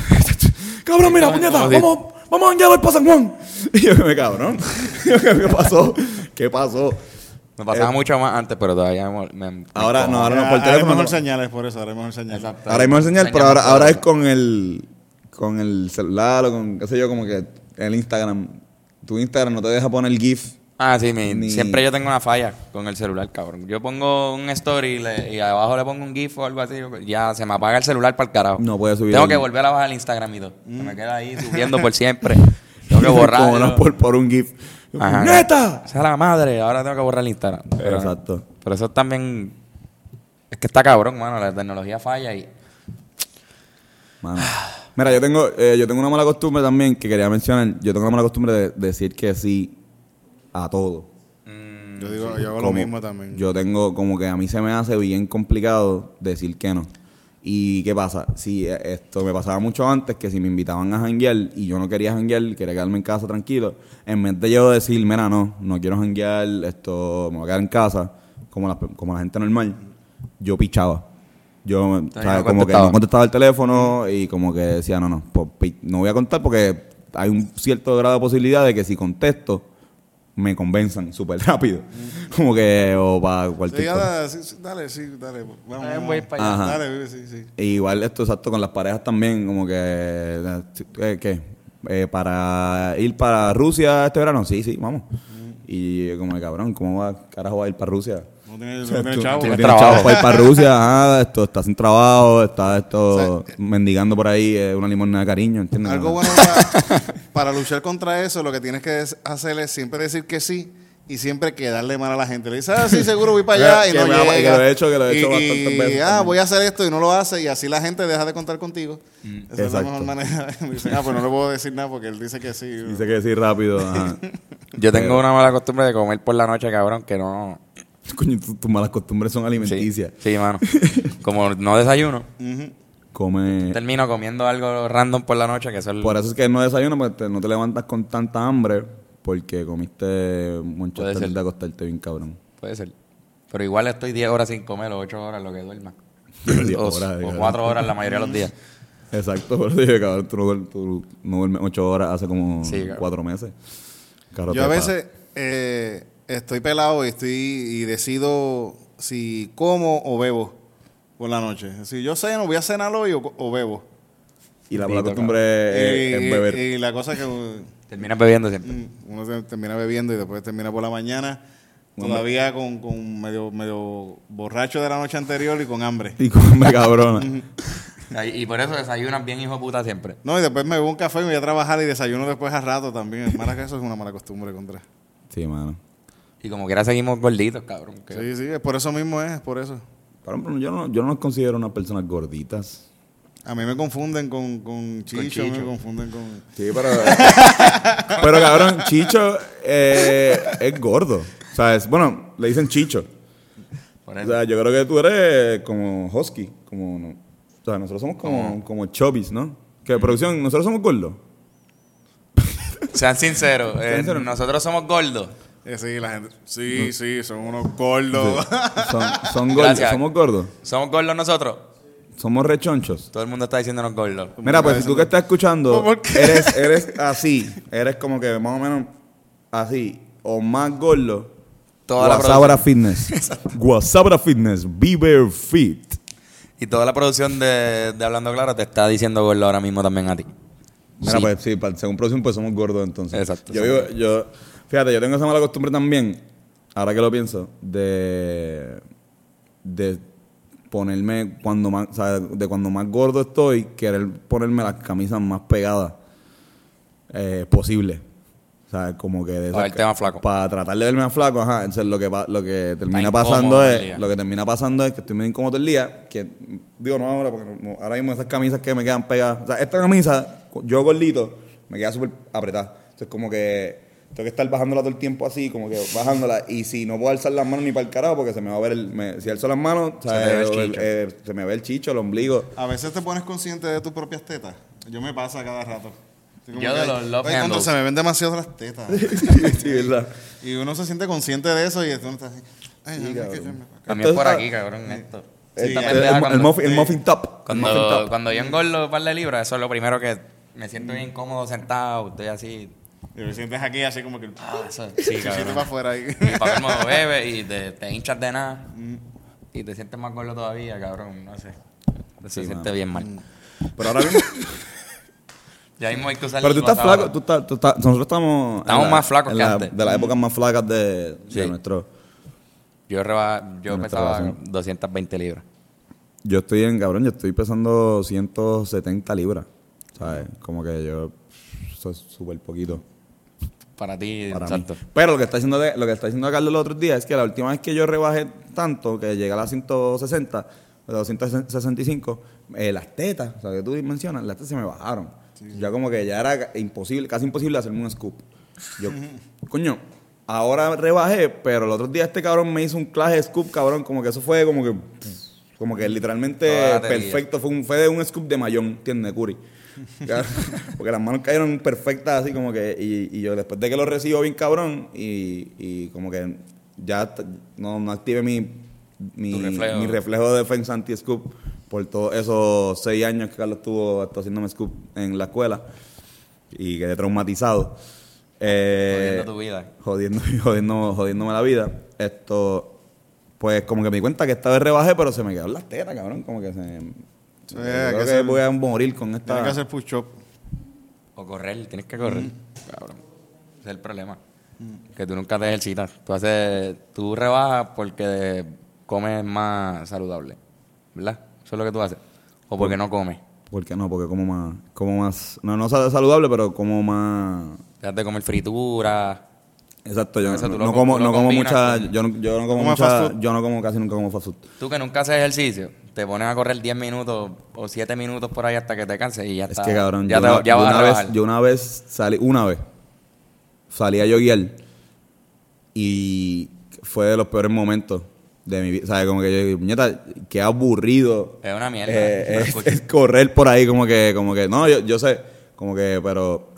Cabrón, mira,
Estamos-
puñeta,
estamos
vamos, vamos a janguear para San Juan. (laughs) Y yo, me cabrón. (laughs) Yo, ¿Qué pasó? ¿Qué pasó?
Me pasaba
Eh,
mucho más antes, pero todavía me- me-
Ahora, no, ahora no, por
Ahora hay
teléfono.
mejor
no.
señales por eso, ahora hay mejor señales.
Exacto.
Ahora hay mejor señal, pero ahora, ahora es con el. con el celular o con, qué sé yo, como que el Instagram, tu Instagram no te deja poner GIF.
Ah, sí, mi-
Ni-
siempre yo tengo una falla con el celular, cabrón. Yo pongo un story y, le- y abajo le pongo un GIF o algo así. Ya se me apaga el celular para el carajo.
No puedes subir
Tengo
el-
que volver a bajar el Instagram y todo. Se me queda ahí subiendo
(laughs)
por siempre. Tengo que
Como
borrar.
no, por, por un GIF.
Ajá.
¡Neta!
Esa es la madre. Ahora tengo que borrar el Instagram. Pero-
Exacto.
Pero eso también. Es que está cabrón, mano. La tecnología falla y.
Mano. Mira, yo tengo, eh, yo tengo una mala costumbre también que quería mencionar. Yo tengo una mala costumbre de decir que sí a todo.
Yo digo, yo hago
Mm,
lo
Como-
mismo también.
Yo tengo como que a mí se me hace bien complicado decir que no. ¿Y qué pasa? Si eh, esto me pasaba mucho antes, que si me invitaban a janguear y yo no quería janguear, quería quedarme en casa tranquilo, en vez de yo decir, mira, no, no quiero janguear, esto, me voy a quedar en casa, como la, como la gente normal, yo pichaba. Yo, o sea, como que
no contestaba.
no contestaba el teléfono y como que decía, no, no, pues, pi- no voy a contar porque hay un cierto grado de posibilidad de que si contesto, me convenzan súper rápido. (laughs) Como que, o para
Sí,
cualquier cosa.
dale, sí, sí, dale, sí, dale. Vamos,
Ahí voy
vamos.
pa' allá.
Ajá.
Dale, vive, sí, sí.
E igual esto exacto con las parejas también, como que, eh, ¿qué? Eh, para ir para Rusia este verano, sí, sí, vamos. Y eh, como el cabrón, ¿cómo va, carajo va a ir para Rusia?
No tiene, no
O sea,
tiene
tú-
chavo.
tú no
Tiene
tienes
trabajo.
chavos para ir para Rusia, ajá, esto, está sin trabajo, está esto mendigando por ahí eh, una limonada de cariño, ¿entiendes?
eh, Algo
Como-
bueno para,
(laughs)
para luchar contra eso, lo que tienes que es- hacer es siempre decir que sí y siempre quedarle mal a la gente. Le dices, ah, sí, seguro voy para allá
(laughs)
y
Que
no
me ha-
llega.
que lo he hecho, que lo he hecho
Y-
bastantes veces
y, ah,
también.
voy a hacer esto y no lo hace y así la gente deja de contar contigo. Esa es la
Mm, exacto.
mejor manera. Me dicen, ah, pues no le puedo decir nada porque él dice que sí.
Dice que sí rápido,
(laughs)
ajá.
Yo tengo una mala costumbre de comer por la noche, cabrón, que no.
Coño, tu- tus malas costumbres son
Sí,
alimenticias. (laughs)
sí, mano. Como no desayuno,
Come...
termino comiendo algo random por la noche, que eso es
Eh. Por eso es que no desayuno, porque te- no te levantas con tanta hambre, porque comiste mucho
Puede
antes
ser.
de acostarte bien cabrón.
Puede ser. Pero igual estoy 10 horas sin comer, o 8 horas lo que duerma.
(laughs) Diez
o,
horas,
o
cabrón.
4 horas la mayoría de los días.
Exacto, (laughs) por eso dije, cabrón, tú no, duer- tú no duermes ocho horas hace como
Sí, cabrón.
cuatro meses. Cabrón,
Yo a
te
veces eh, estoy pelado y estoy y decido si como o bebo por la noche. Si yo ceno, voy a cenar hoy o, o bebo.
pasa. Y la mala
Bendito,
costumbre es,
y,
es Eh, beber.
y la cosa es que uh,
Terminas bebiendo siempre.
uno se- termina bebiendo y después termina por la mañana todavía con, con medio, medio borracho de la noche anterior y con hambre.
(laughs) Y come cabrón.
Ay, Y por eso desayunas bien, hijo de puta, siempre.
No, y después me bebo un café y me voy a trabajar y desayuno después a rato también. Es mala que eso es una mala costumbre contra.
sí, mano.
Y como quiera seguimos gorditos, cabrón. que-
Sí, sí, es por eso mismo es, por eso.
Cabrón, pero yo no, yo no nos considero unas personas gorditas.
A mí me confunden con, con chicho,
Chicho.
me confunden con...
Sí, (laughs) pero.
eh.
pero cabrón, Chicho eh, es gordo. O sea, es- bueno, le dicen Chicho.
Por
O
eso.
sea, yo creo que tú eres como husky, como no. O sea, nosotros somos como, como chubbies, ¿no? Que producción, nosotros somos gordos.
Sean sinceros, eh,
sinceros.
nosotros somos gordos.
Eh, sí, la gente. Sí, sí, son unos gordos.
Son, son gordos,
Gracias.
somos gordos.
Somos gordos nosotros.
Somos rechonchos.
Todo el mundo está diciéndonos gordos.
Mira, pues si tú que estás escuchando,
¿Por qué?
eres, eres así, eres como que más o menos así, o más gordo.
Toda la
Guasabra
(laughs)
Fitness. Guasabra Fitness, Beaver Fit.
Y toda la producción de, de Hablando Claro te está diciendo gordo ahora mismo también a ti.
Mira,
Sí.
pues sí, para- según producción, pues somos gordos entonces.
Exacto,
Yo
somos
vivo, yo, fíjate, yo tengo esa mala costumbre también, ahora que lo pienso, de, de ponerme cuando más, o sea, de cuando más gordo estoy, querer ponerme las camisas más pegadas eh, posible. O sea, como que de
Para
esas-
verte más flaco.
Para tratar de verme más flaco, ajá. Entonces lo que pa- lo que termina
incómodo
pasando
el
es,
día.
lo que termina pasando es que estoy muy incómodo todo el día, que digo no ahora, porque no- no, ahora mismo esas camisas que me quedan pegadas. O sea, esta camisa, yo gordito, me queda súper apretada. Entonces como que tengo que estar bajándola todo el tiempo así, como que bajándola. Y si no puedo alzar las manos ni para el carajo, porque se me va a ver el, me- si alzo las manos,
Se
o sea,
te ve el
o el-
chicho.
eh, se me ve el chicho, el
(laughs)
ombligo.
(laughs) A veces te pones consciente de tus propias tetas. Yo me pasa cada rato. Estoy como
Yo
que,
de los love
"Ay, contra,
handles".
se me ven demasiado las tetas.
(laughs)
sí, ¿verdad?
y uno se siente consciente de eso y uno está así. Ay, no, es que yo me-
También es
Entonces,
por aquí, cabrón, esto.
El,
Esta
el-
pendeja
el- el
cuando-
muffin, el muffin top. el muffin
Cuando,
top.
cuando yo engordo un par de libras, eso es lo primero que me siento bien cómodo sentado, estoy así.
Y te sientes aquí así como que.
Ah, eso,
y
sí,
te
cabrón.
sientes para afuera (laughs) ahí.
Y para colmo bebes y te, te hinchas de nada.
Mm.
Y te sientes más
Mm.
gordo todavía, cabrón, no sé. Se siente bien mal.
Pero ahora mismo.
Ya mismo hay que usar
Pero tú
el
estás
bataba.
flaco, tú estás, tú estás- nosotros estamos... en
Estamos
la-
más flacos
en
que
la-
antes.
De las épocas más flacas de, de
Sí.
nuestro...
Yo, reba, yo
En nuestra
pesaba
relación.
220 libras.
Yo estoy en, cabrón, yo estoy pesando 170 libras. ¿Sabes? Como que yo... Eso es súper poquito.
Para ti,
para mí.
exacto.
Pero lo que está diciendo de- lo que está diciendo Carlos los otros días es que la última vez que yo rebajé tanto, que llegué a las 160, a las 265, eh, las tetas, o sea, que tú mencionas, las tetas se me bajaron. Ya como que ya era ca- imposible, casi imposible hacerme un scoop. Yo, (laughs) coño, ahora rebajé, pero el otro día este cabrón me hizo un clase de scoop, cabrón, como que eso fue como que como que literalmente
Toda la batería.
perfecto, fue un fue de un scoop de mayón, ¿entiendes? De Curry. Ya, (laughs) Porque las manos cayeron perfectas así como que y, y yo después de que lo recibo bien cabrón y, y como que ya t- no, no active mi mi
Tu reflejo.
mi reflejo de defensa anti scoop por todos esos seis años que Carlos estuvo hasta haciéndome scoop en la escuela y quedé traumatizado. Eh,
Jodiendo tu vida.
Jodiendo, (laughs) jodiendo, jodiéndome la vida. Esto, pues como que me di cuenta que esta vez rebajé, pero se me quedaron las tetas, cabrón. Como que se.
Sí,
yo
hay
creo
que
que
hacer-
voy a morir con esta.
Tienes que hacer push-up.
O correr, tienes que correr.
Mm.
Cabrón. Ese es el problema. Que tú nunca te ejercitas. Tú haces, tú rebajas porque comes más saludable. ¿Verdad? Eso es lo que tú haces. O porque no comes.
¿Por qué no? Porque como más. Como más. No, no sal- saludable, pero como más.
Dejas de comer frituras.
Exacto, yo
Eso tú
no,
lo
no
com-
como,
lo
no como
combinas pues.
mucha,
con-
yo no, yo no como
Como
mucha-
fast food.
yo no como casi nunca como fast food.
Tú que nunca haces ejercicio, te pones a correr 10 minutos o 7 minutos por ahí hasta que te canses y ya
Es
está.
que cabrón,
Ah, ya,
yo,
te-
una,
ya
yo
vas
una
a
vez,
rebajar.
yo una vez salí, una vez, salí a yoguear y fue de los peores momentos de mi vida. ¿Sabes? Como que yo digo, "Puñeta, qué aburrido.
Es una mierda.
eh,
No lo
es,
escucho.
es correr por ahí, como que, como que, no, yo, yo sé, como que, pero,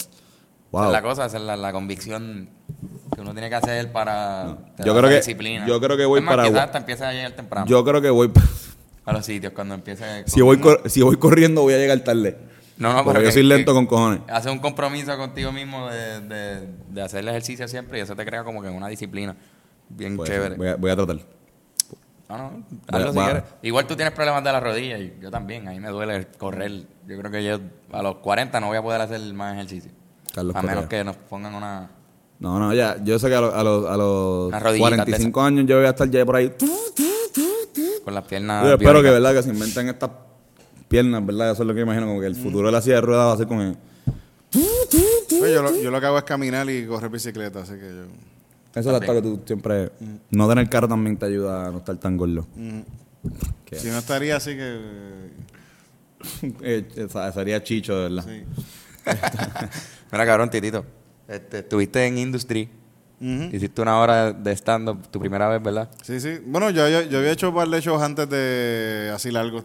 wow.
Esa es la cosa, esa es la, la convicción que uno tiene que hacer para te
Yo
da
creo
esa
que-
disciplina.
yo creo que voy
Es más,
para-
Quizás hasta empiezas a llegar temprano
Yo creo que voy, (laughs)
a los sitios cuando empieza.
si voy, cor- si voy corriendo voy a llegar tarde.
No, no,
porque
pero
yo
que-
soy lento
que-
con cojones.
Haces un compromiso contigo mismo de, de, de hacer el ejercicio siempre y eso te crea como que una disciplina bien
Pues,
chévere.
voy, a, voy a tratar.
No, no, hazlo si
va.
quieres. Igual tú tienes problemas de la rodilla y yo también. A mí me duele correr. Yo creo que yo a los 40 no voy a poder hacer más ejercicio.
Carlos
a menos
Correa.
que nos pongan una...
No, no, ya. Yo sé que a, lo- a los, a los
Unas rodillitas
45 años yo voy a estar ya por ahí.
con las piernas...
Yo espero que,
biónicas.
¿verdad? Que se inventen estas piernas, ¿verdad? Eso es lo que imagino. Como que el futuro de la silla de ruedas va a ser con el-
Pues yo, lo, yo lo que hago es caminar y correr bicicleta, así que yo...
Eso es hasta que tú siempre... No tener carro también te ayuda a no estar tan gordo.
Mm.
Que-
Si no estaría así que...
(laughs) eh, o sea, sería chicho, de verdad.
Sí.
Mira, cabrón, Titito. Este, estuviste en Industry.
Ujú.
Hiciste una hora de stand-up, tu primera vez, ¿verdad?
Sí, sí. Bueno, yo, yo, yo había hecho un par de shows antes de así largo.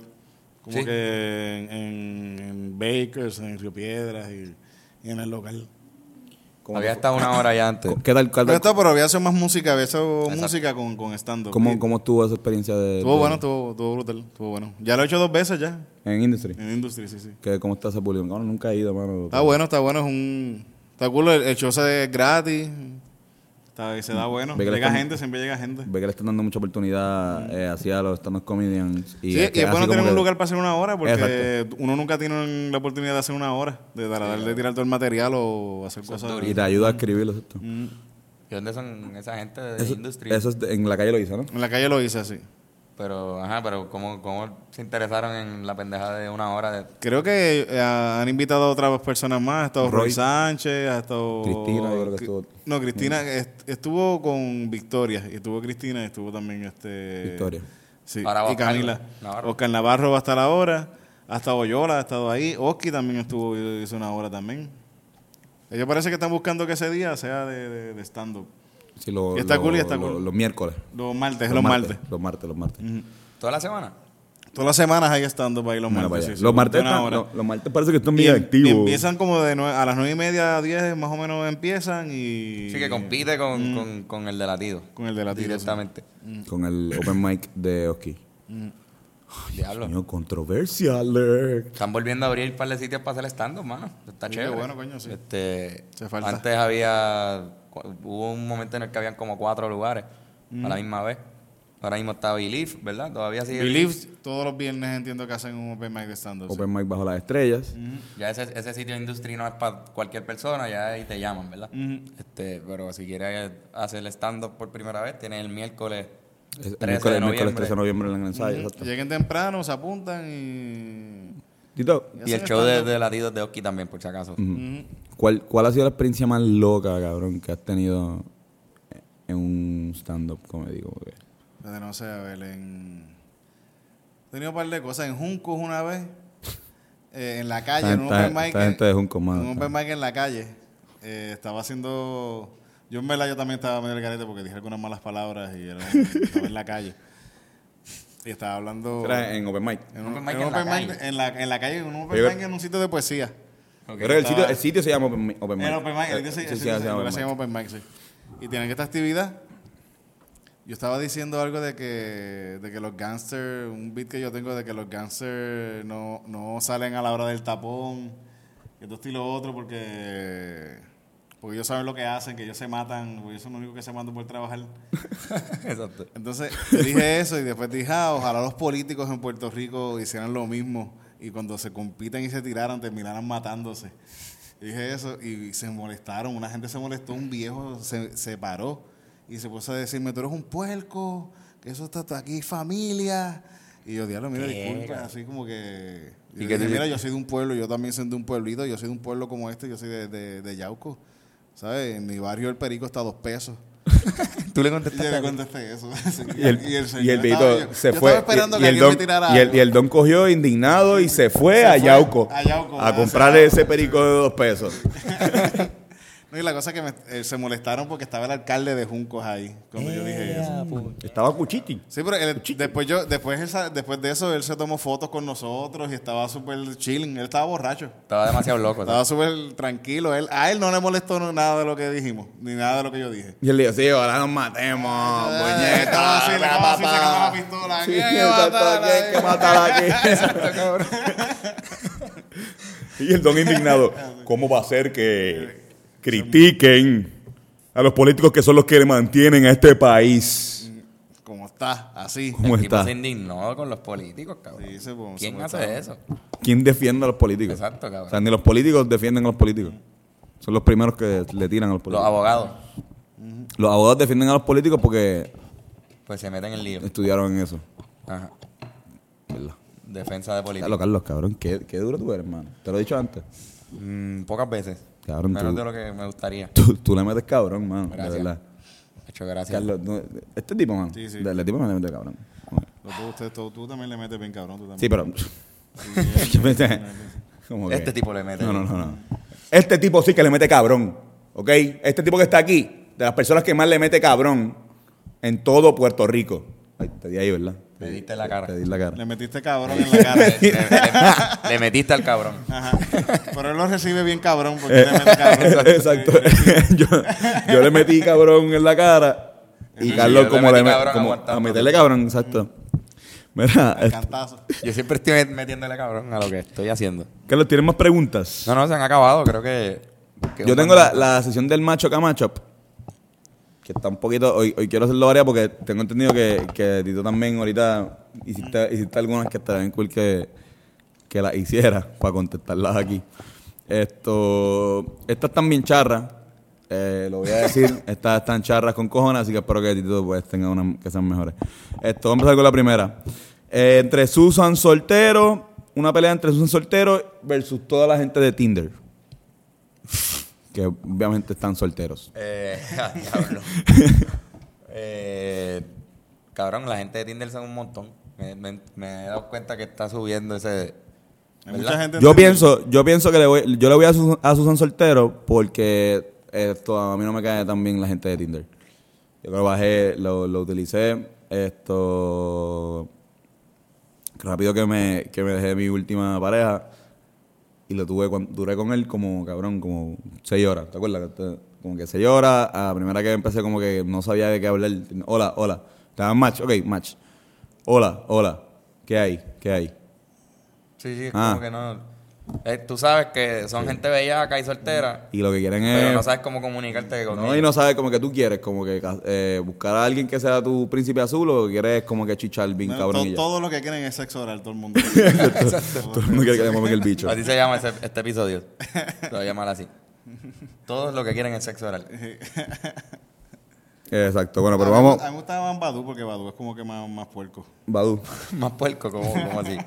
Como
Sí.
que en, en- en Bakers, en Río Piedras y, y en el local.
¿Cómo
Había
que
estado una
(coughs)
hora ya antes.
fue? ¿Qué tal, Carlos?
Pero, está, pero había hecho más música, había hecho
Exacto.
música con, con stand-up.
¿Cómo,
Y
¿Cómo estuvo esa experiencia de...?
Estuvo
de-
bueno, estuvo, estuvo brutal, estuvo bueno. Ya lo he hecho dos veces ya,
En Industry.
en Industry, sí, sí.
¿Qué- ¿Cómo está ese público? No, nunca he ido, mano.
Está bueno, está bueno, es un... Está cool, el, el show se es gratis, está, se da bueno.
Ve que le
Llega
están-
gente, siempre llega gente.
Ve que le están dando mucha oportunidad eh, hacia los stand-up comedians.
Y
Y
sí,
es que
y es
así
bueno
como
tener
que-
un lugar para hacer una hora porque
Exacto.
uno nunca tiene la oportunidad de hacer una hora, de tratar de tirar todo el material o hacer cosas. Mm.
Y te ayuda a escribirlo, ¿cierto?
¿De dónde son esa gente de
Eso,
Industry?
eso es de- en la calle lo hizo, ¿no?
En la calle lo hice así.
Pero, ajá, pero ¿cómo, ¿cómo se interesaron en la pendejada de una hora de
Creo que eh, han invitado a otras personas más. Ha estado Roy,
Roy.
Sánchez, ha estado.
Cristina, yo creo que
Cri-
estuvo.
No, Cristina est- estuvo con Victoria. Y estuvo Cristina y estuvo también este.
Victoria.
Sí,
Ahora
y
Oscar
Camila.
Navarro.
Oscar Navarro va a estar ahora. Ha estado Yola, ha estado ahí. Oski también estuvo, hizo una hora también. Ellos parece que están buscando que ese día sea de, de- de stand-up.
Sí, lo-
Está
lo-
cool y está
lo-
cool.
Los miércoles.
Los martes, los, martes.
Los martes, los martes.
toda la semana?
Todas las semanas hay stand-up ahí los
Mira para
martes.
allá.
sí, sí,
los, martes
de una
están-
hora.
lo- los martes parece que están
Y,
bien
em- y
activos.
empiezan como de nue- a las nueve y media, a 10 más o menos empiezan y...
Sí, que compite con, con, con el de latido.
Con el de Mm. latido,
Directamente.
Con el open mic de Oski.
Diablo.
Coño, eh. controversia alert.
Están volviendo a abrir un par de sitios para hacer stand-up, mano. Está
Sí,
chévere.
qué bueno, coño, sí.
Este,
Se falta.
Antes
Mm.
había... cu- Hubo un momento en el que habían como cuatro lugares a la misma vez. Ahora mismo está Believe, ¿verdad? Todavía sigue.
Believe, todos los viernes entiendo que hacen un open mic de stand-up.
Open mic bajo las estrellas.
Ya ese, ese sitio de industria no es para cualquier persona, ya ahí te llaman, ¿verdad? este, pero si quieres hacer el stand-up por primera vez, tienes el miércoles 13
El
de
miércoles,
noviembre.
miércoles 13 de noviembre en el ensayo.
Ujú.
exacto.
Lleguen temprano, se apuntan y...
Tito,
y
Y el
hacen
show de,
stand-up.
de latidos de Oski también, por si acaso.
Mm. ¿cuál, ¿cuál ha sido la experiencia más loca, cabrón, que has tenido en un stand-up comedy? Como que-
Espérate, no sé, a ver, en... He tenido un par de cosas. En Juncos una vez, eh, en la calle,
Esta
en un
gente-
open mic.
esta gente de Juncos, mano,
en un
está.
open mic en la calle. eh, estaba haciendo... Yo en verdad yo también estaba medio el carete porque dije algunas malas palabras y era un- estaba en la calle. Y estaba hablando...
Era en open mic.
en
Un
un
open mic
en
en
un
la
open mic
calle.
en la- en la calle, en un open
Pero-
mic en un sitio de poesía.
Yo creo que el sitio, el sitio se llama Open Mic. Open mic.
Era open mic,
Eh,
el día se-
sí,
el
sí,
día
se
se-
llama
lo
open
que se llama
mic.
open mic, sí. Y tienen esta actividad. Yo estaba diciendo algo de que, de que los gangsters, un beat que yo tengo de que los gangsters no, no salen a la hora del tapón, que esto y lo otro, porque, porque ellos saben lo que hacen, que ellos se matan, porque ellos son los únicos que se matan por trabajar.
(laughs) Exacto.
Entonces,
(laughs)
yo dije eso y después dije, ah, ojalá los políticos en Puerto Rico hicieran lo mismo y cuando se compiten y se tiraran terminaran matándose. Y dije eso y se molestaron, una gente se molestó, un viejo se, se paró y se puso a decirme, tú eres un puerco, que eso está aquí familia. Y yo, diablo, mira,
¿Qué?
disculpa, así como que...
¿Y
Y
qué te-
mira, yo soy de un pueblo, yo también soy de un pueblito, yo soy de un pueblo como este, yo soy de, de, de Yauco, ¿sabes? En mi barrio el perico está a dos
(laughs)
pesos.
Tú le
Y yo
contestaste.
le contesté eso. (laughs)
Y el, y
señor
el
estaba-
Vito
yo-
se
yo
fue.
Estaba esperando
y,
que
y el
alguien
don,
me tirara
y, el,
algo.
y el don cogió indignado y se fue, a,
fue
Yauco,
a Yauco,
a
ah,
comprarle
sí.
ese perico de dos pesos.
No, y la cosa es que me- eh, se molestaron porque estaba el alcalde de Juncos ahí cuando yo dije eso.
Estaba cuchichi.
Sí, pero él- después, yo, después, él sa- después de eso él se tomó fotos con nosotros y estaba súper chilling. Él estaba borracho.
Estaba demasiado loco.
Estaba
Ah,
¿sabes?
súper tranquilo. Él, a él no le molestó nada de lo que dijimos, ni nada de lo que yo dije. Eh,
Y él dijo, sí, ahora nos matemos,
Estaba
puñeta.
así, le
la
estaba así sacando Ah, la
papá.
pistola.
Sí,
¿Quién va a
exacto,
matar
aquí hay que
ahí?
matar aquí. Exacto, cabrón. (laughs) Y el don indignado, ¿cómo va a ser que critiquen a los políticos que son los que mantienen a este país?
¿Cómo está? Así.
¿Cómo
el tipo
está?
se indignó con los políticos, cabrón.
Sí, pues, se- se
¿Quién
molestaba.
hace eso?
¿Quién defiende a los políticos?
Exacto, cabrón.
O sea, ni los políticos defienden a los políticos. Son los primeros que le tiran a los
Los
políticos.
abogados,
Los abogados defienden a los políticos porque
pues se meten en lío.
estudiaron en eso.
Ajá.
¿Verdad?
Defensa de políticos.
Carlos, Carlos, cabrón, qué, qué duro tú eres, hermano. Te lo he dicho antes.
Mm, pocas veces.
Cabrón,
Menos
tú-
de lo que me gustaría.
Tú, tú le metes cabrón, mano.
Gracias.
De verdad.
Muchas gracias.
Carlos, no, este tipo, mano.
Sí, sí.
de- Este tipo me le mete cabrón.
Los dos, ustedes, tú, tú también le metes bien cabrón. Tú
Sí,
también.
pero. (laughs) Yo pensé- como que-
Este tipo le mete.
No, no, no, no. Este tipo sí que le mete cabrón. ¿Ok? Este tipo que está aquí, de las personas que más le mete cabrón en todo Puerto Rico. Ay, te di ahí, ¿verdad?
Le diste la cara.
Te di la
Le
cara.
metiste cabrón en
(laughs)
la cara.
Le, le- le metiste al
(laughs)
cabrón.
Ajá. Pero él lo recibe bien cabrón porque le mete
(laughs)
cabrón.
Exacto. (laughs) yo, yo le metí cabrón en la cara. Y
Sí,
Carlos,
yo le
como
metí
le
cabrón
met- como a
aguantando.
meterle cabrón, exacto. Mira,
El
este-
cantazo.
Yo siempre estoy metiéndole cabrón a lo que estoy haciendo.
Carlos, ¿tienes más preguntas?
No, no, se han acabado. Creo que. que
Yo
un
tengo la,
montón.
la sesión del macho camacho. Que está un poquito. Hoy, hoy quiero hacerlo varias porque tengo entendido que, que Tito también ahorita hiciste, hiciste algunas que estaría bien cool que, que las hiciera para contestarlas aquí. Esto. Estas están bien charras. eh, lo voy a decir. Estas están charras con cojones, así que espero que Tito pues tenga unas que sean mejores. Esto, vamos a empezar con la primera. Eh, entre Susan Soltero. Una pelea entre Susan Soltero versus toda la gente de Tinder que obviamente están solteros.
Eh, (laughs) diablo. Eh, cabrón, la gente de Tinder son un montón. Me, me- me he dado cuenta que está subiendo ese.
Hay
¿verdad?
mucha gente
Yo
en-
pienso, yo pienso que le voy, yo le voy a, Susan, a Susan Soltero porque esto a mí no me cae tan bien la gente de Tinder. Yo lo bajé, lo, lo utilicé, esto rápido que me, que me dejé mi última pareja y lo tuve cuan- duré con él como cabrón, como seis horas, ¿te acuerdas? Te- Como que seis horas, a la primera que empecé como que no sabía de qué hablar. Hola, hola. Te dan match, ok, match. Hola, hola. ¿Qué hay? ¿Qué hay?
Sí, sí, es
Ah.
como que no. Eh, tú sabes que son gente bellaca y soltera,
Y lo que quieren es.
pero no sabes cómo comunicarte con
Mm. Eh. No,
ellos.
y no sabes como que tú quieres, como que eh, buscar a alguien que sea tu príncipe azul o que quieres como que chichar bien
No,
cabrón. y
to-
ya.
todo lo que quieren es sexo oral, todo
(laughs)
el mundo.
Todo el mundo quiere que le mamen el bicho.
Así se llama ese- este episodio. Lo voy a llamar así. Todos lo que quieren es sexo
(laughs)
oral.
Eh, Exacto, bueno, pero
A mí-
vamos.
A mí me gustaba más Badu porque Badu es como que más, más puerco.
Badu.
Más puerco, como, como así.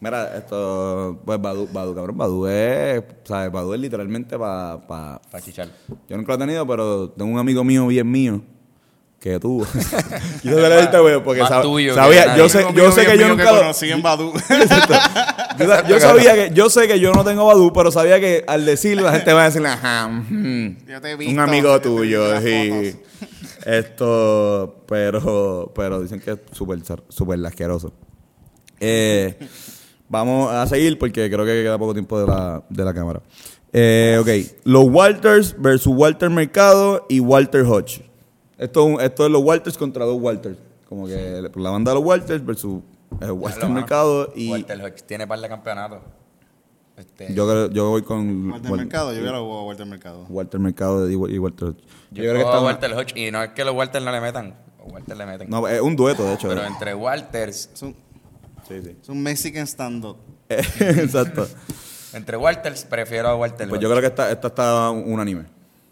Mira, esto. Pues Badu, Badu, cabrón. Badu es. ¿Sabes? Badu es literalmente para. Pa,
Para chichar.
Yo nunca lo he tenido, pero tengo un amigo mío, bien mío, que tuvo. (laughs) Quise hacer este güey porque
Más
sab-
tuyo que
sabía,
nadie.
yo sé,
Amigo
yo
mío,
sé que
amigo
yo
mío
nunca lo-
conocí
(laughs)
en Badu.
yo, sa- yo sabía que yo sé que yo no tengo Badu, pero sabía que al decirlo la gente va a decir, ajá, ujú,
Yo te he
un
visto,
amigo
yo te he
tuyo,
visto en las
sí. (laughs) Esto, pero, pero dicen que es súper, sar- súper asqueroso. Eh, vamos a seguir porque creo que queda poco tiempo de la, de la cámara. Eh, ok, los Walters versus Walter Mercado y Walter Hodge. Esto, es un- esto es los Walters contra dos Walters. Como que la banda de los Walters versus eh, Walter
Lo-
Mercado y...
Walter Hodge tiene par de campeonatos. Este,
Yo, creo- yo voy con
Walter
Wal-
Mercado, yo voy a la Walter Mercado.
Walter Mercado y Wa- y Walter Hodge.
yo
Yo creo que
cojo a
está
Walter Hodge. Y no es que los Walter no le metan. los Walter le meten.
No, es un dueto, de hecho.
pero
eh.
entre Walters,
Es un,
Sí, sí. (laughs)
es un Mexican stand-up.
Exacto.
entre Walters prefiero a Walter
Pues
Hodge.
yo creo que esta, esta está unánime,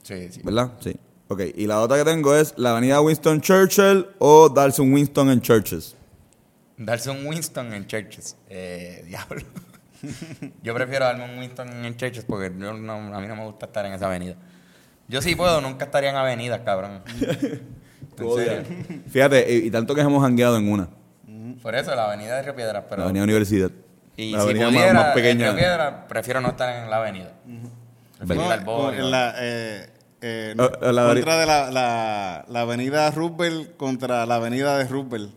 Sí, sí.
¿verdad? Sí. Ok, y la otra que tengo es la avenida Winston Churchill o darse un Winston en Churches.
Darse un Winston en Churches. Eh, (laughs) diablo. yo prefiero darme un Winston en Churches porque yo no- a mí no me gusta estar en esa avenida. Yo sí puedo, nunca estaría en avenidas,
(laughs)
cabrón. En serio.
Fíjate, y, y tanto que hemos hangueado en una,
Por eso, la avenida de Río Piedras. Pero,
la avenida Universidad.
y
la
si
avenida más-
pudiera, eh,
más,
en Río
pequeña.
Piedras, prefiero no estar en la avenida. Prefiero
No,
ir al
con-
bosque.
en la, eh, eh,
Ah, ah, la-
contra de la, la, la avenida Roosevelt contra la avenida de Roosevelt.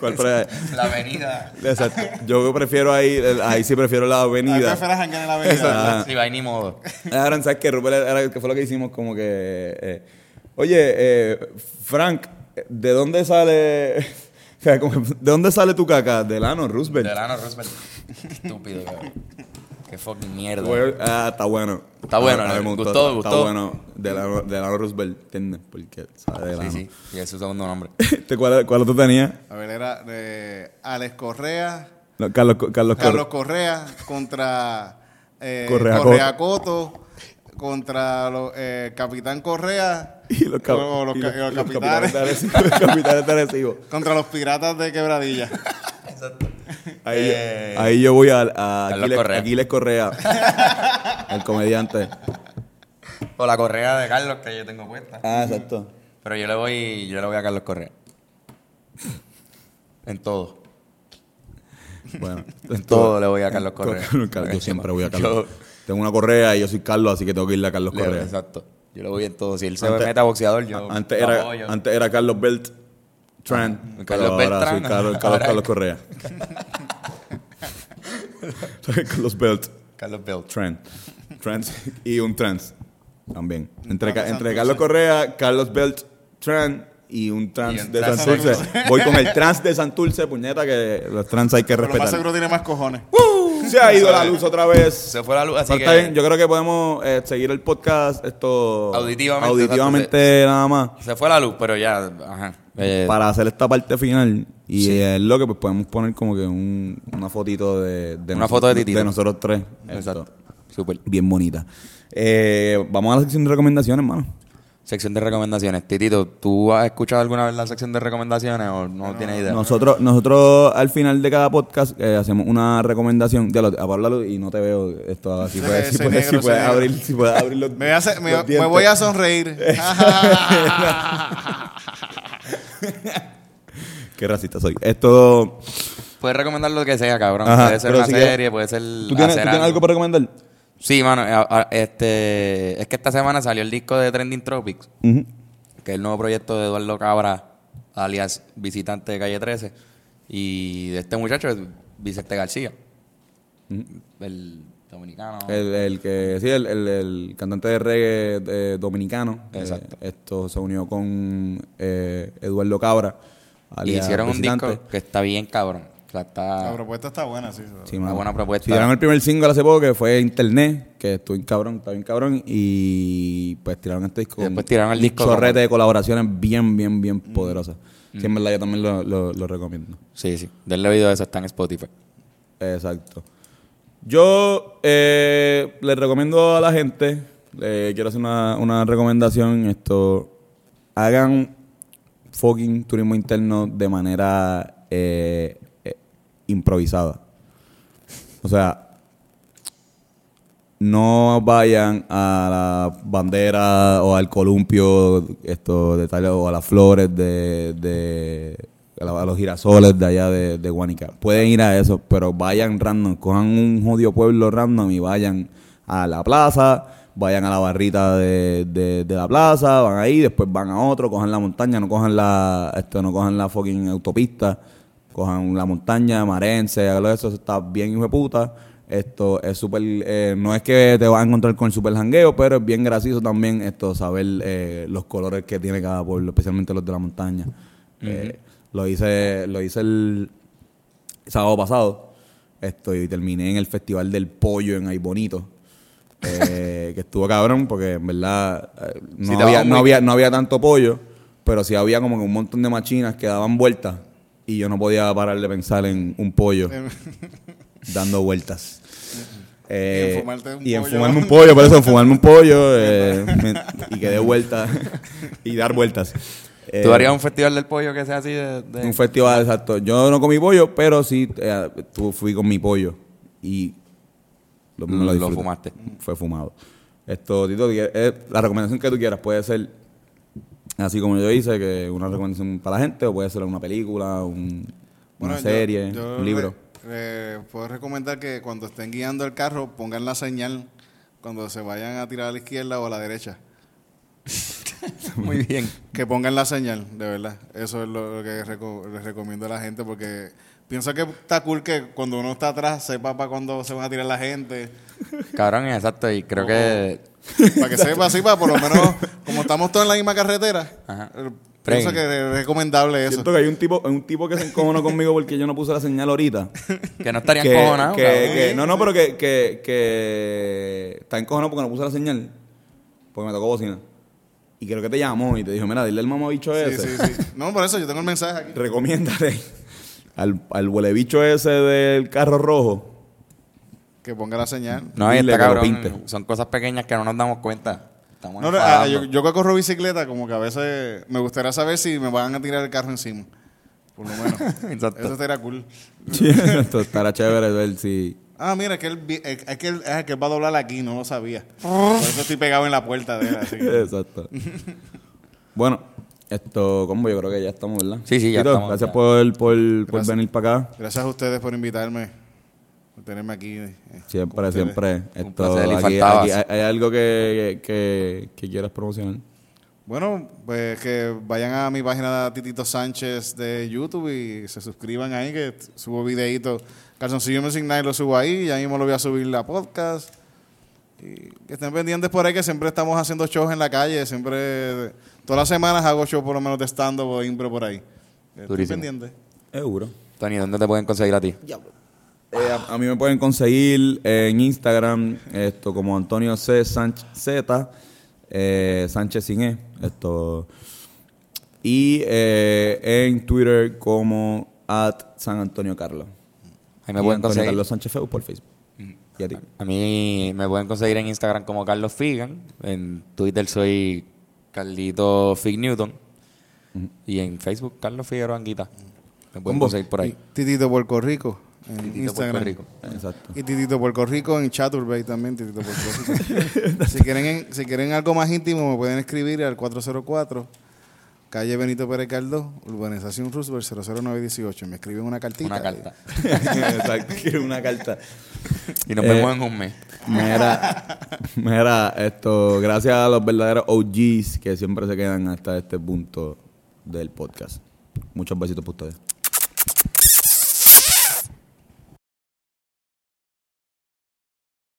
¿Cuál pre-
La avenida.
Exacto. Yo prefiero ahí, el- ahí sí prefiero la
Ah,
avenida.
prefieres janguear en la avenida.
Ah.
Si va, ni modo.
(laughs) Ahora, ¿sabes qué? Rupert era, que fue lo que hicimos como que... eh, oye, eh, Frank, ¿de dónde sale... (laughs) o sea, como, ¿De dónde sale tu caca? Del ano, Roosevelt.
Delano Roosevelt. Estúpido, cabrón. Qué fucking mierda.
Güey, Ah, está bueno. Ah,
Está bueno,
me
le gustó,
Está
gustó.
bueno. Delano, Delano Roosevelt, ¿entiendes? Porque sabe
Sí,
Delano.
sí. Y es su segundo nombre.
(laughs) ¿Te- ¿Cuál, ¿Cuál otro tenía?
A ver, era eh, Alex Correa,
No, Carlos, Co- Carlos, Cor-
Carlos Correa contra eh,
Correa
Correa,
Coto.
Coto, contra lo- eh, Capitán Correa
(laughs) Y los, cap-
o los
y
ca-
los-
y los
los capitanes
capitanes,
de Arecibo. Los capitanes de Arecibo.
contra los piratas
(laughs)
de Quebradilla.
Exacto.
Ahí,
Eh,
yo, ahí yo voy al- a,
Carlos
Aquiles,
Correa.
Aquiles Correa. el
(laughs)
comediante.
O la correa de Carlos que yo tengo puesta.
Ah, exacto.
Pero yo le voy, yo le voy a Carlos Correa. En todo. (laughs)
Bueno,
En todo le voy a
(laughs)
Carlos Correa.
Yo siempre voy a
Yo-
Carlos. Tengo una correa y yo soy Carlos, así que tengo que irle a Carlos
Le-
Correa.
exacto. Yo le voy en todo. Si él se
Antes-
meta boxeador, yo
Antes
lo
era,
apoyo.
antes era Carlos Belt Tran.
Ah, Carlos
pero ahora soy
Beltrán. (laughs)
Carlos, Carlos,
Ahora-
Carlos
(laughs)
Correa. Soy Carlos Belt
Carlos Beltrán.
Tran. Trans y un trans también. Entre,
trans de
entre
Santurce.
Carlos Correa, Carlos Belt Tran y un trans
Y un
de
trans de
Santurce. (laughs) Voy con el trans de Santurce, puñeta, que los trans hay que
Pero lo más
respetar.
seguro tiene más cojones.
Se ha ido la luz otra vez.
Se fue la luz, así
Pero
que
está bien, yo creo que podemos eh, seguir el podcast esto
Auditivamente,
auditivamente nada más
se fue la luz, pero ya, ajá. Eh,
para hacer esta parte final y es lo que pues podemos poner como que un- una fotito de, de
Una foto de Titito.
nosotros tres
Exacto.
Esto,
Súper.
bien bonita Eh, vamos a la sección de recomendaciones hermano
Sección de recomendaciones. Titito, ¿tú has escuchado alguna vez la sección de recomendaciones o no, tienes idea?
nosotros nosotros al final de cada podcast eh, hacemos una recomendación ya lo háblalo y no te veo esto así
Sí,
puedes, si
soy
puedes,
negro,
si
soy
puedes
negro.
abrir si puedes abrir los,
(laughs) Me voy a, hacer- me-
los
me
dientes.
voy
(laughs)
a sonreír. Ah,
qué racista soy esto
Puedes recomendar lo que sea, cabrón.
Ajá,
puede ser
pero
una
si
serie,
quieres-
puede ser.
¿Tú tienes,
hacer
tú tienes algo para recomendar?
Sí, mano. eh, ah, Este, es que esta semana salió el disco de Trending Tropics, que es el nuevo proyecto de Eduardo Cabra, alias visitante de calle 13. Y de este muchacho, es Vicente García.
Mm.
El dominicano.
El, el que sí, el, el- el cantante de reggae eh, dominicano. eh,
Exacto.
esto se unió con eh, Eduardo Cabra.
y
alias
hicieron un
Visitante.
disco que está bien, cabrón. O sea, está
La propuesta está buena, sí.
Sí,
Una
mano.
buena propuesta.
Sí, tiraron el primer single hace poco que fue Internet, que estuvo bien cabrón, está bien cabrón. Y pues tiraron este disco.
Y después
con
tiraron el
un
disco
Chorrete
como-
de colaboraciones bien, bien, bien poderosas. Sí, en verdad yo también lo, lo- lo recomiendo.
sí, sí. Denle video a eso, está en Spotify.
Exacto. Yo eh, les recomiendo a la gente, le quiero hacer una, una recomendación, esto, hagan fucking turismo interno de manera eh, eh, improvisada. O sea, no vayan a la bandera o al columpio esto de tal- o a las flores de, de- a, la- a los girasoles de allá de, de Guanica. Pueden ir a eso, pero vayan random, cojan un jodido pueblo random y vayan a la plaza, vayan a la barrita de, de- de la plaza, van ahí, después van a otro, cojan la montaña, no cojan la esto, no cojan la fucking autopista, cojan la montaña, Marense, algo de eso, eso está bien hijo de puta. Esto es súper, eh, no es que te vas a encontrar con el super jangueo, pero es bien gracioso también esto, saber eh, los colores que tiene cada pueblo, especialmente los de la montaña. Eh, lo hice, lo hice el sábado pasado, esto, y terminé en el Festival del Pollo en Ay Bonito.
(laughs)
eh, que estuvo cabrón porque en verdad eh, no,
Sí, te
había,
bajó
no,
muy-
había, no había tanto pollo, pero sí había como que un montón de machinas que daban vueltas y yo no podía parar de pensar en un
(laughs)
pollo dando vueltas. Eh,
enfumarte un
y en
pollo.
fumarme un pollo, por eso, en fumarme un pollo eh, me- y que dé
(laughs)
vueltas y dar vueltas. Eh,
¿Tú harías un festival del pollo que sea así de...?
(laughs)
de-
un festival, exacto. Yo no comí pollo, pero sí eh, tu- fui con mi pollo y lo, me
Lo
disfruté.
fumaste.
Fue fumado. Esto, Tito, tú quieres- eh, la recomendación que tú quieras puede ser así como yo hice, que una recomendación para la gente, o puede ser una película, un-
Bueno,
una
yo-
serie,
yo
un libro.
re- re- puedo recomendar que cuando estén guiando el carro pongan la señal cuando se vayan a tirar a la izquierda o a la derecha.
Muy bien.
Que pongan la señal, de verdad. Eso es lo, lo que reco- les recomiendo a la gente porque pienso que está cool que cuando uno está atrás sepa para cuándo se van a tirar la gente.
Cabrón, exacto. Y creo que...
Para que sepa así, para por lo menos, como estamos todos en la misma carretera,
Oh.
Ajá.
eh, pienso
Preguen.
que es recomendable eso.
Siento que hay un tipo, hay un tipo que se encojonó conmigo porque yo no puse la señal ahorita.
Que no estarían
que,
cojonados.
que-
cabrón.
que- no, no, pero que, que, que está encojonado porque no puse la señal. Porque me tocó bocina. Y creo que te llamó y te dijo, mira, dile al mamabicho
Sí,
ese.
sí, sí. No, por eso yo tengo el mensaje aquí.
(laughs) Recomiéndale al, al huelebicho ese del carro rojo. (laughs)
Que ponga la señal.
No, y
Dile
está
que lo
cabrón.
pinte.
Son cosas pequeñas que no nos damos cuenta. Estamos
No, no, ah,
enfadando.
yo, yo que corro bicicleta, como que a veces me gustaría saber si me van a tirar el carro encima. Por lo
(laughs)
menos.
Exacto.
Eso estaría cool.
Sí, esto estará chévere ver si...
Ah, mira, es que, él, vi- es es que, él- es que él va a doblar aquí, no lo sabía. Por eso estoy pegado en la puerta de él. Así que-
Exacto. Bueno, esto, combo, yo creo que ya estamos, ¿verdad?
Sí, sí, ya
Tito,
estamos,
Gracias
ya.
por, por, por
Gracias.
venir para acá.
Gracias a ustedes por invitarme, por tenerme aquí. eh, con
Siempre,
ustedes.
siempre. Esto,
placer, y
aquí-
faltabas.
aquí hay, hay algo que, que, que quieras promocionar.
Bueno, pues que vayan a mi página de Titito Sánchez de YouTube y se suscriban ahí, que t- subo videitos. Calzoncillo Music Night lo subo ahí, ya mismo lo voy a subir a podcast. Y que estén pendientes por ahí, que siempre estamos haciendo shows en la calle, siempre, todas las semanas hago shows por lo menos de stand-up o de impro por ahí. Estén
Durísimo.
pendientes.
Seguro.
Tony, ¿dónde te pueden conseguir a ti?
Eh, a, a mí me pueden conseguir eh, en Instagram esto como Antonio C. Sánchez Z, eh, Sánchez sin E, esto. Y eh, en Twitter como at San Antonio Carlos.
Ahí me
Y
pueden
Antonio
conseguir. Mm.
Carlos Sánchez Feu por Facebook. Y a ti.
A mí me pueden conseguir en Instagram como Carlos Figan. En Twitter soy Carlito Fig Newton. Y en Facebook, Carlos Figueroa Anguita. Me pueden
Combo.
conseguir por ahí.
Titito Puerto Rico en
Titito Puerto
Instagram.
Rico.
Exacto. (laughs)
Y Titito Puerto Rico en Chaturbay también, Titito Puerto Rico. si, quieren, en- si quieren algo más íntimo, me pueden escribir al 404, calle Benito Pérez Caldós, urbanización Roosevelt 00918. Me escriben una cartita.
Una carta.
Exacto. Quiero una carta.
Y nos
Eh,
vemos en un mes.
Mira, mira, esto, gracias a los verdaderos OGs que siempre se quedan hasta este punto del podcast. Muchos besitos para ustedes.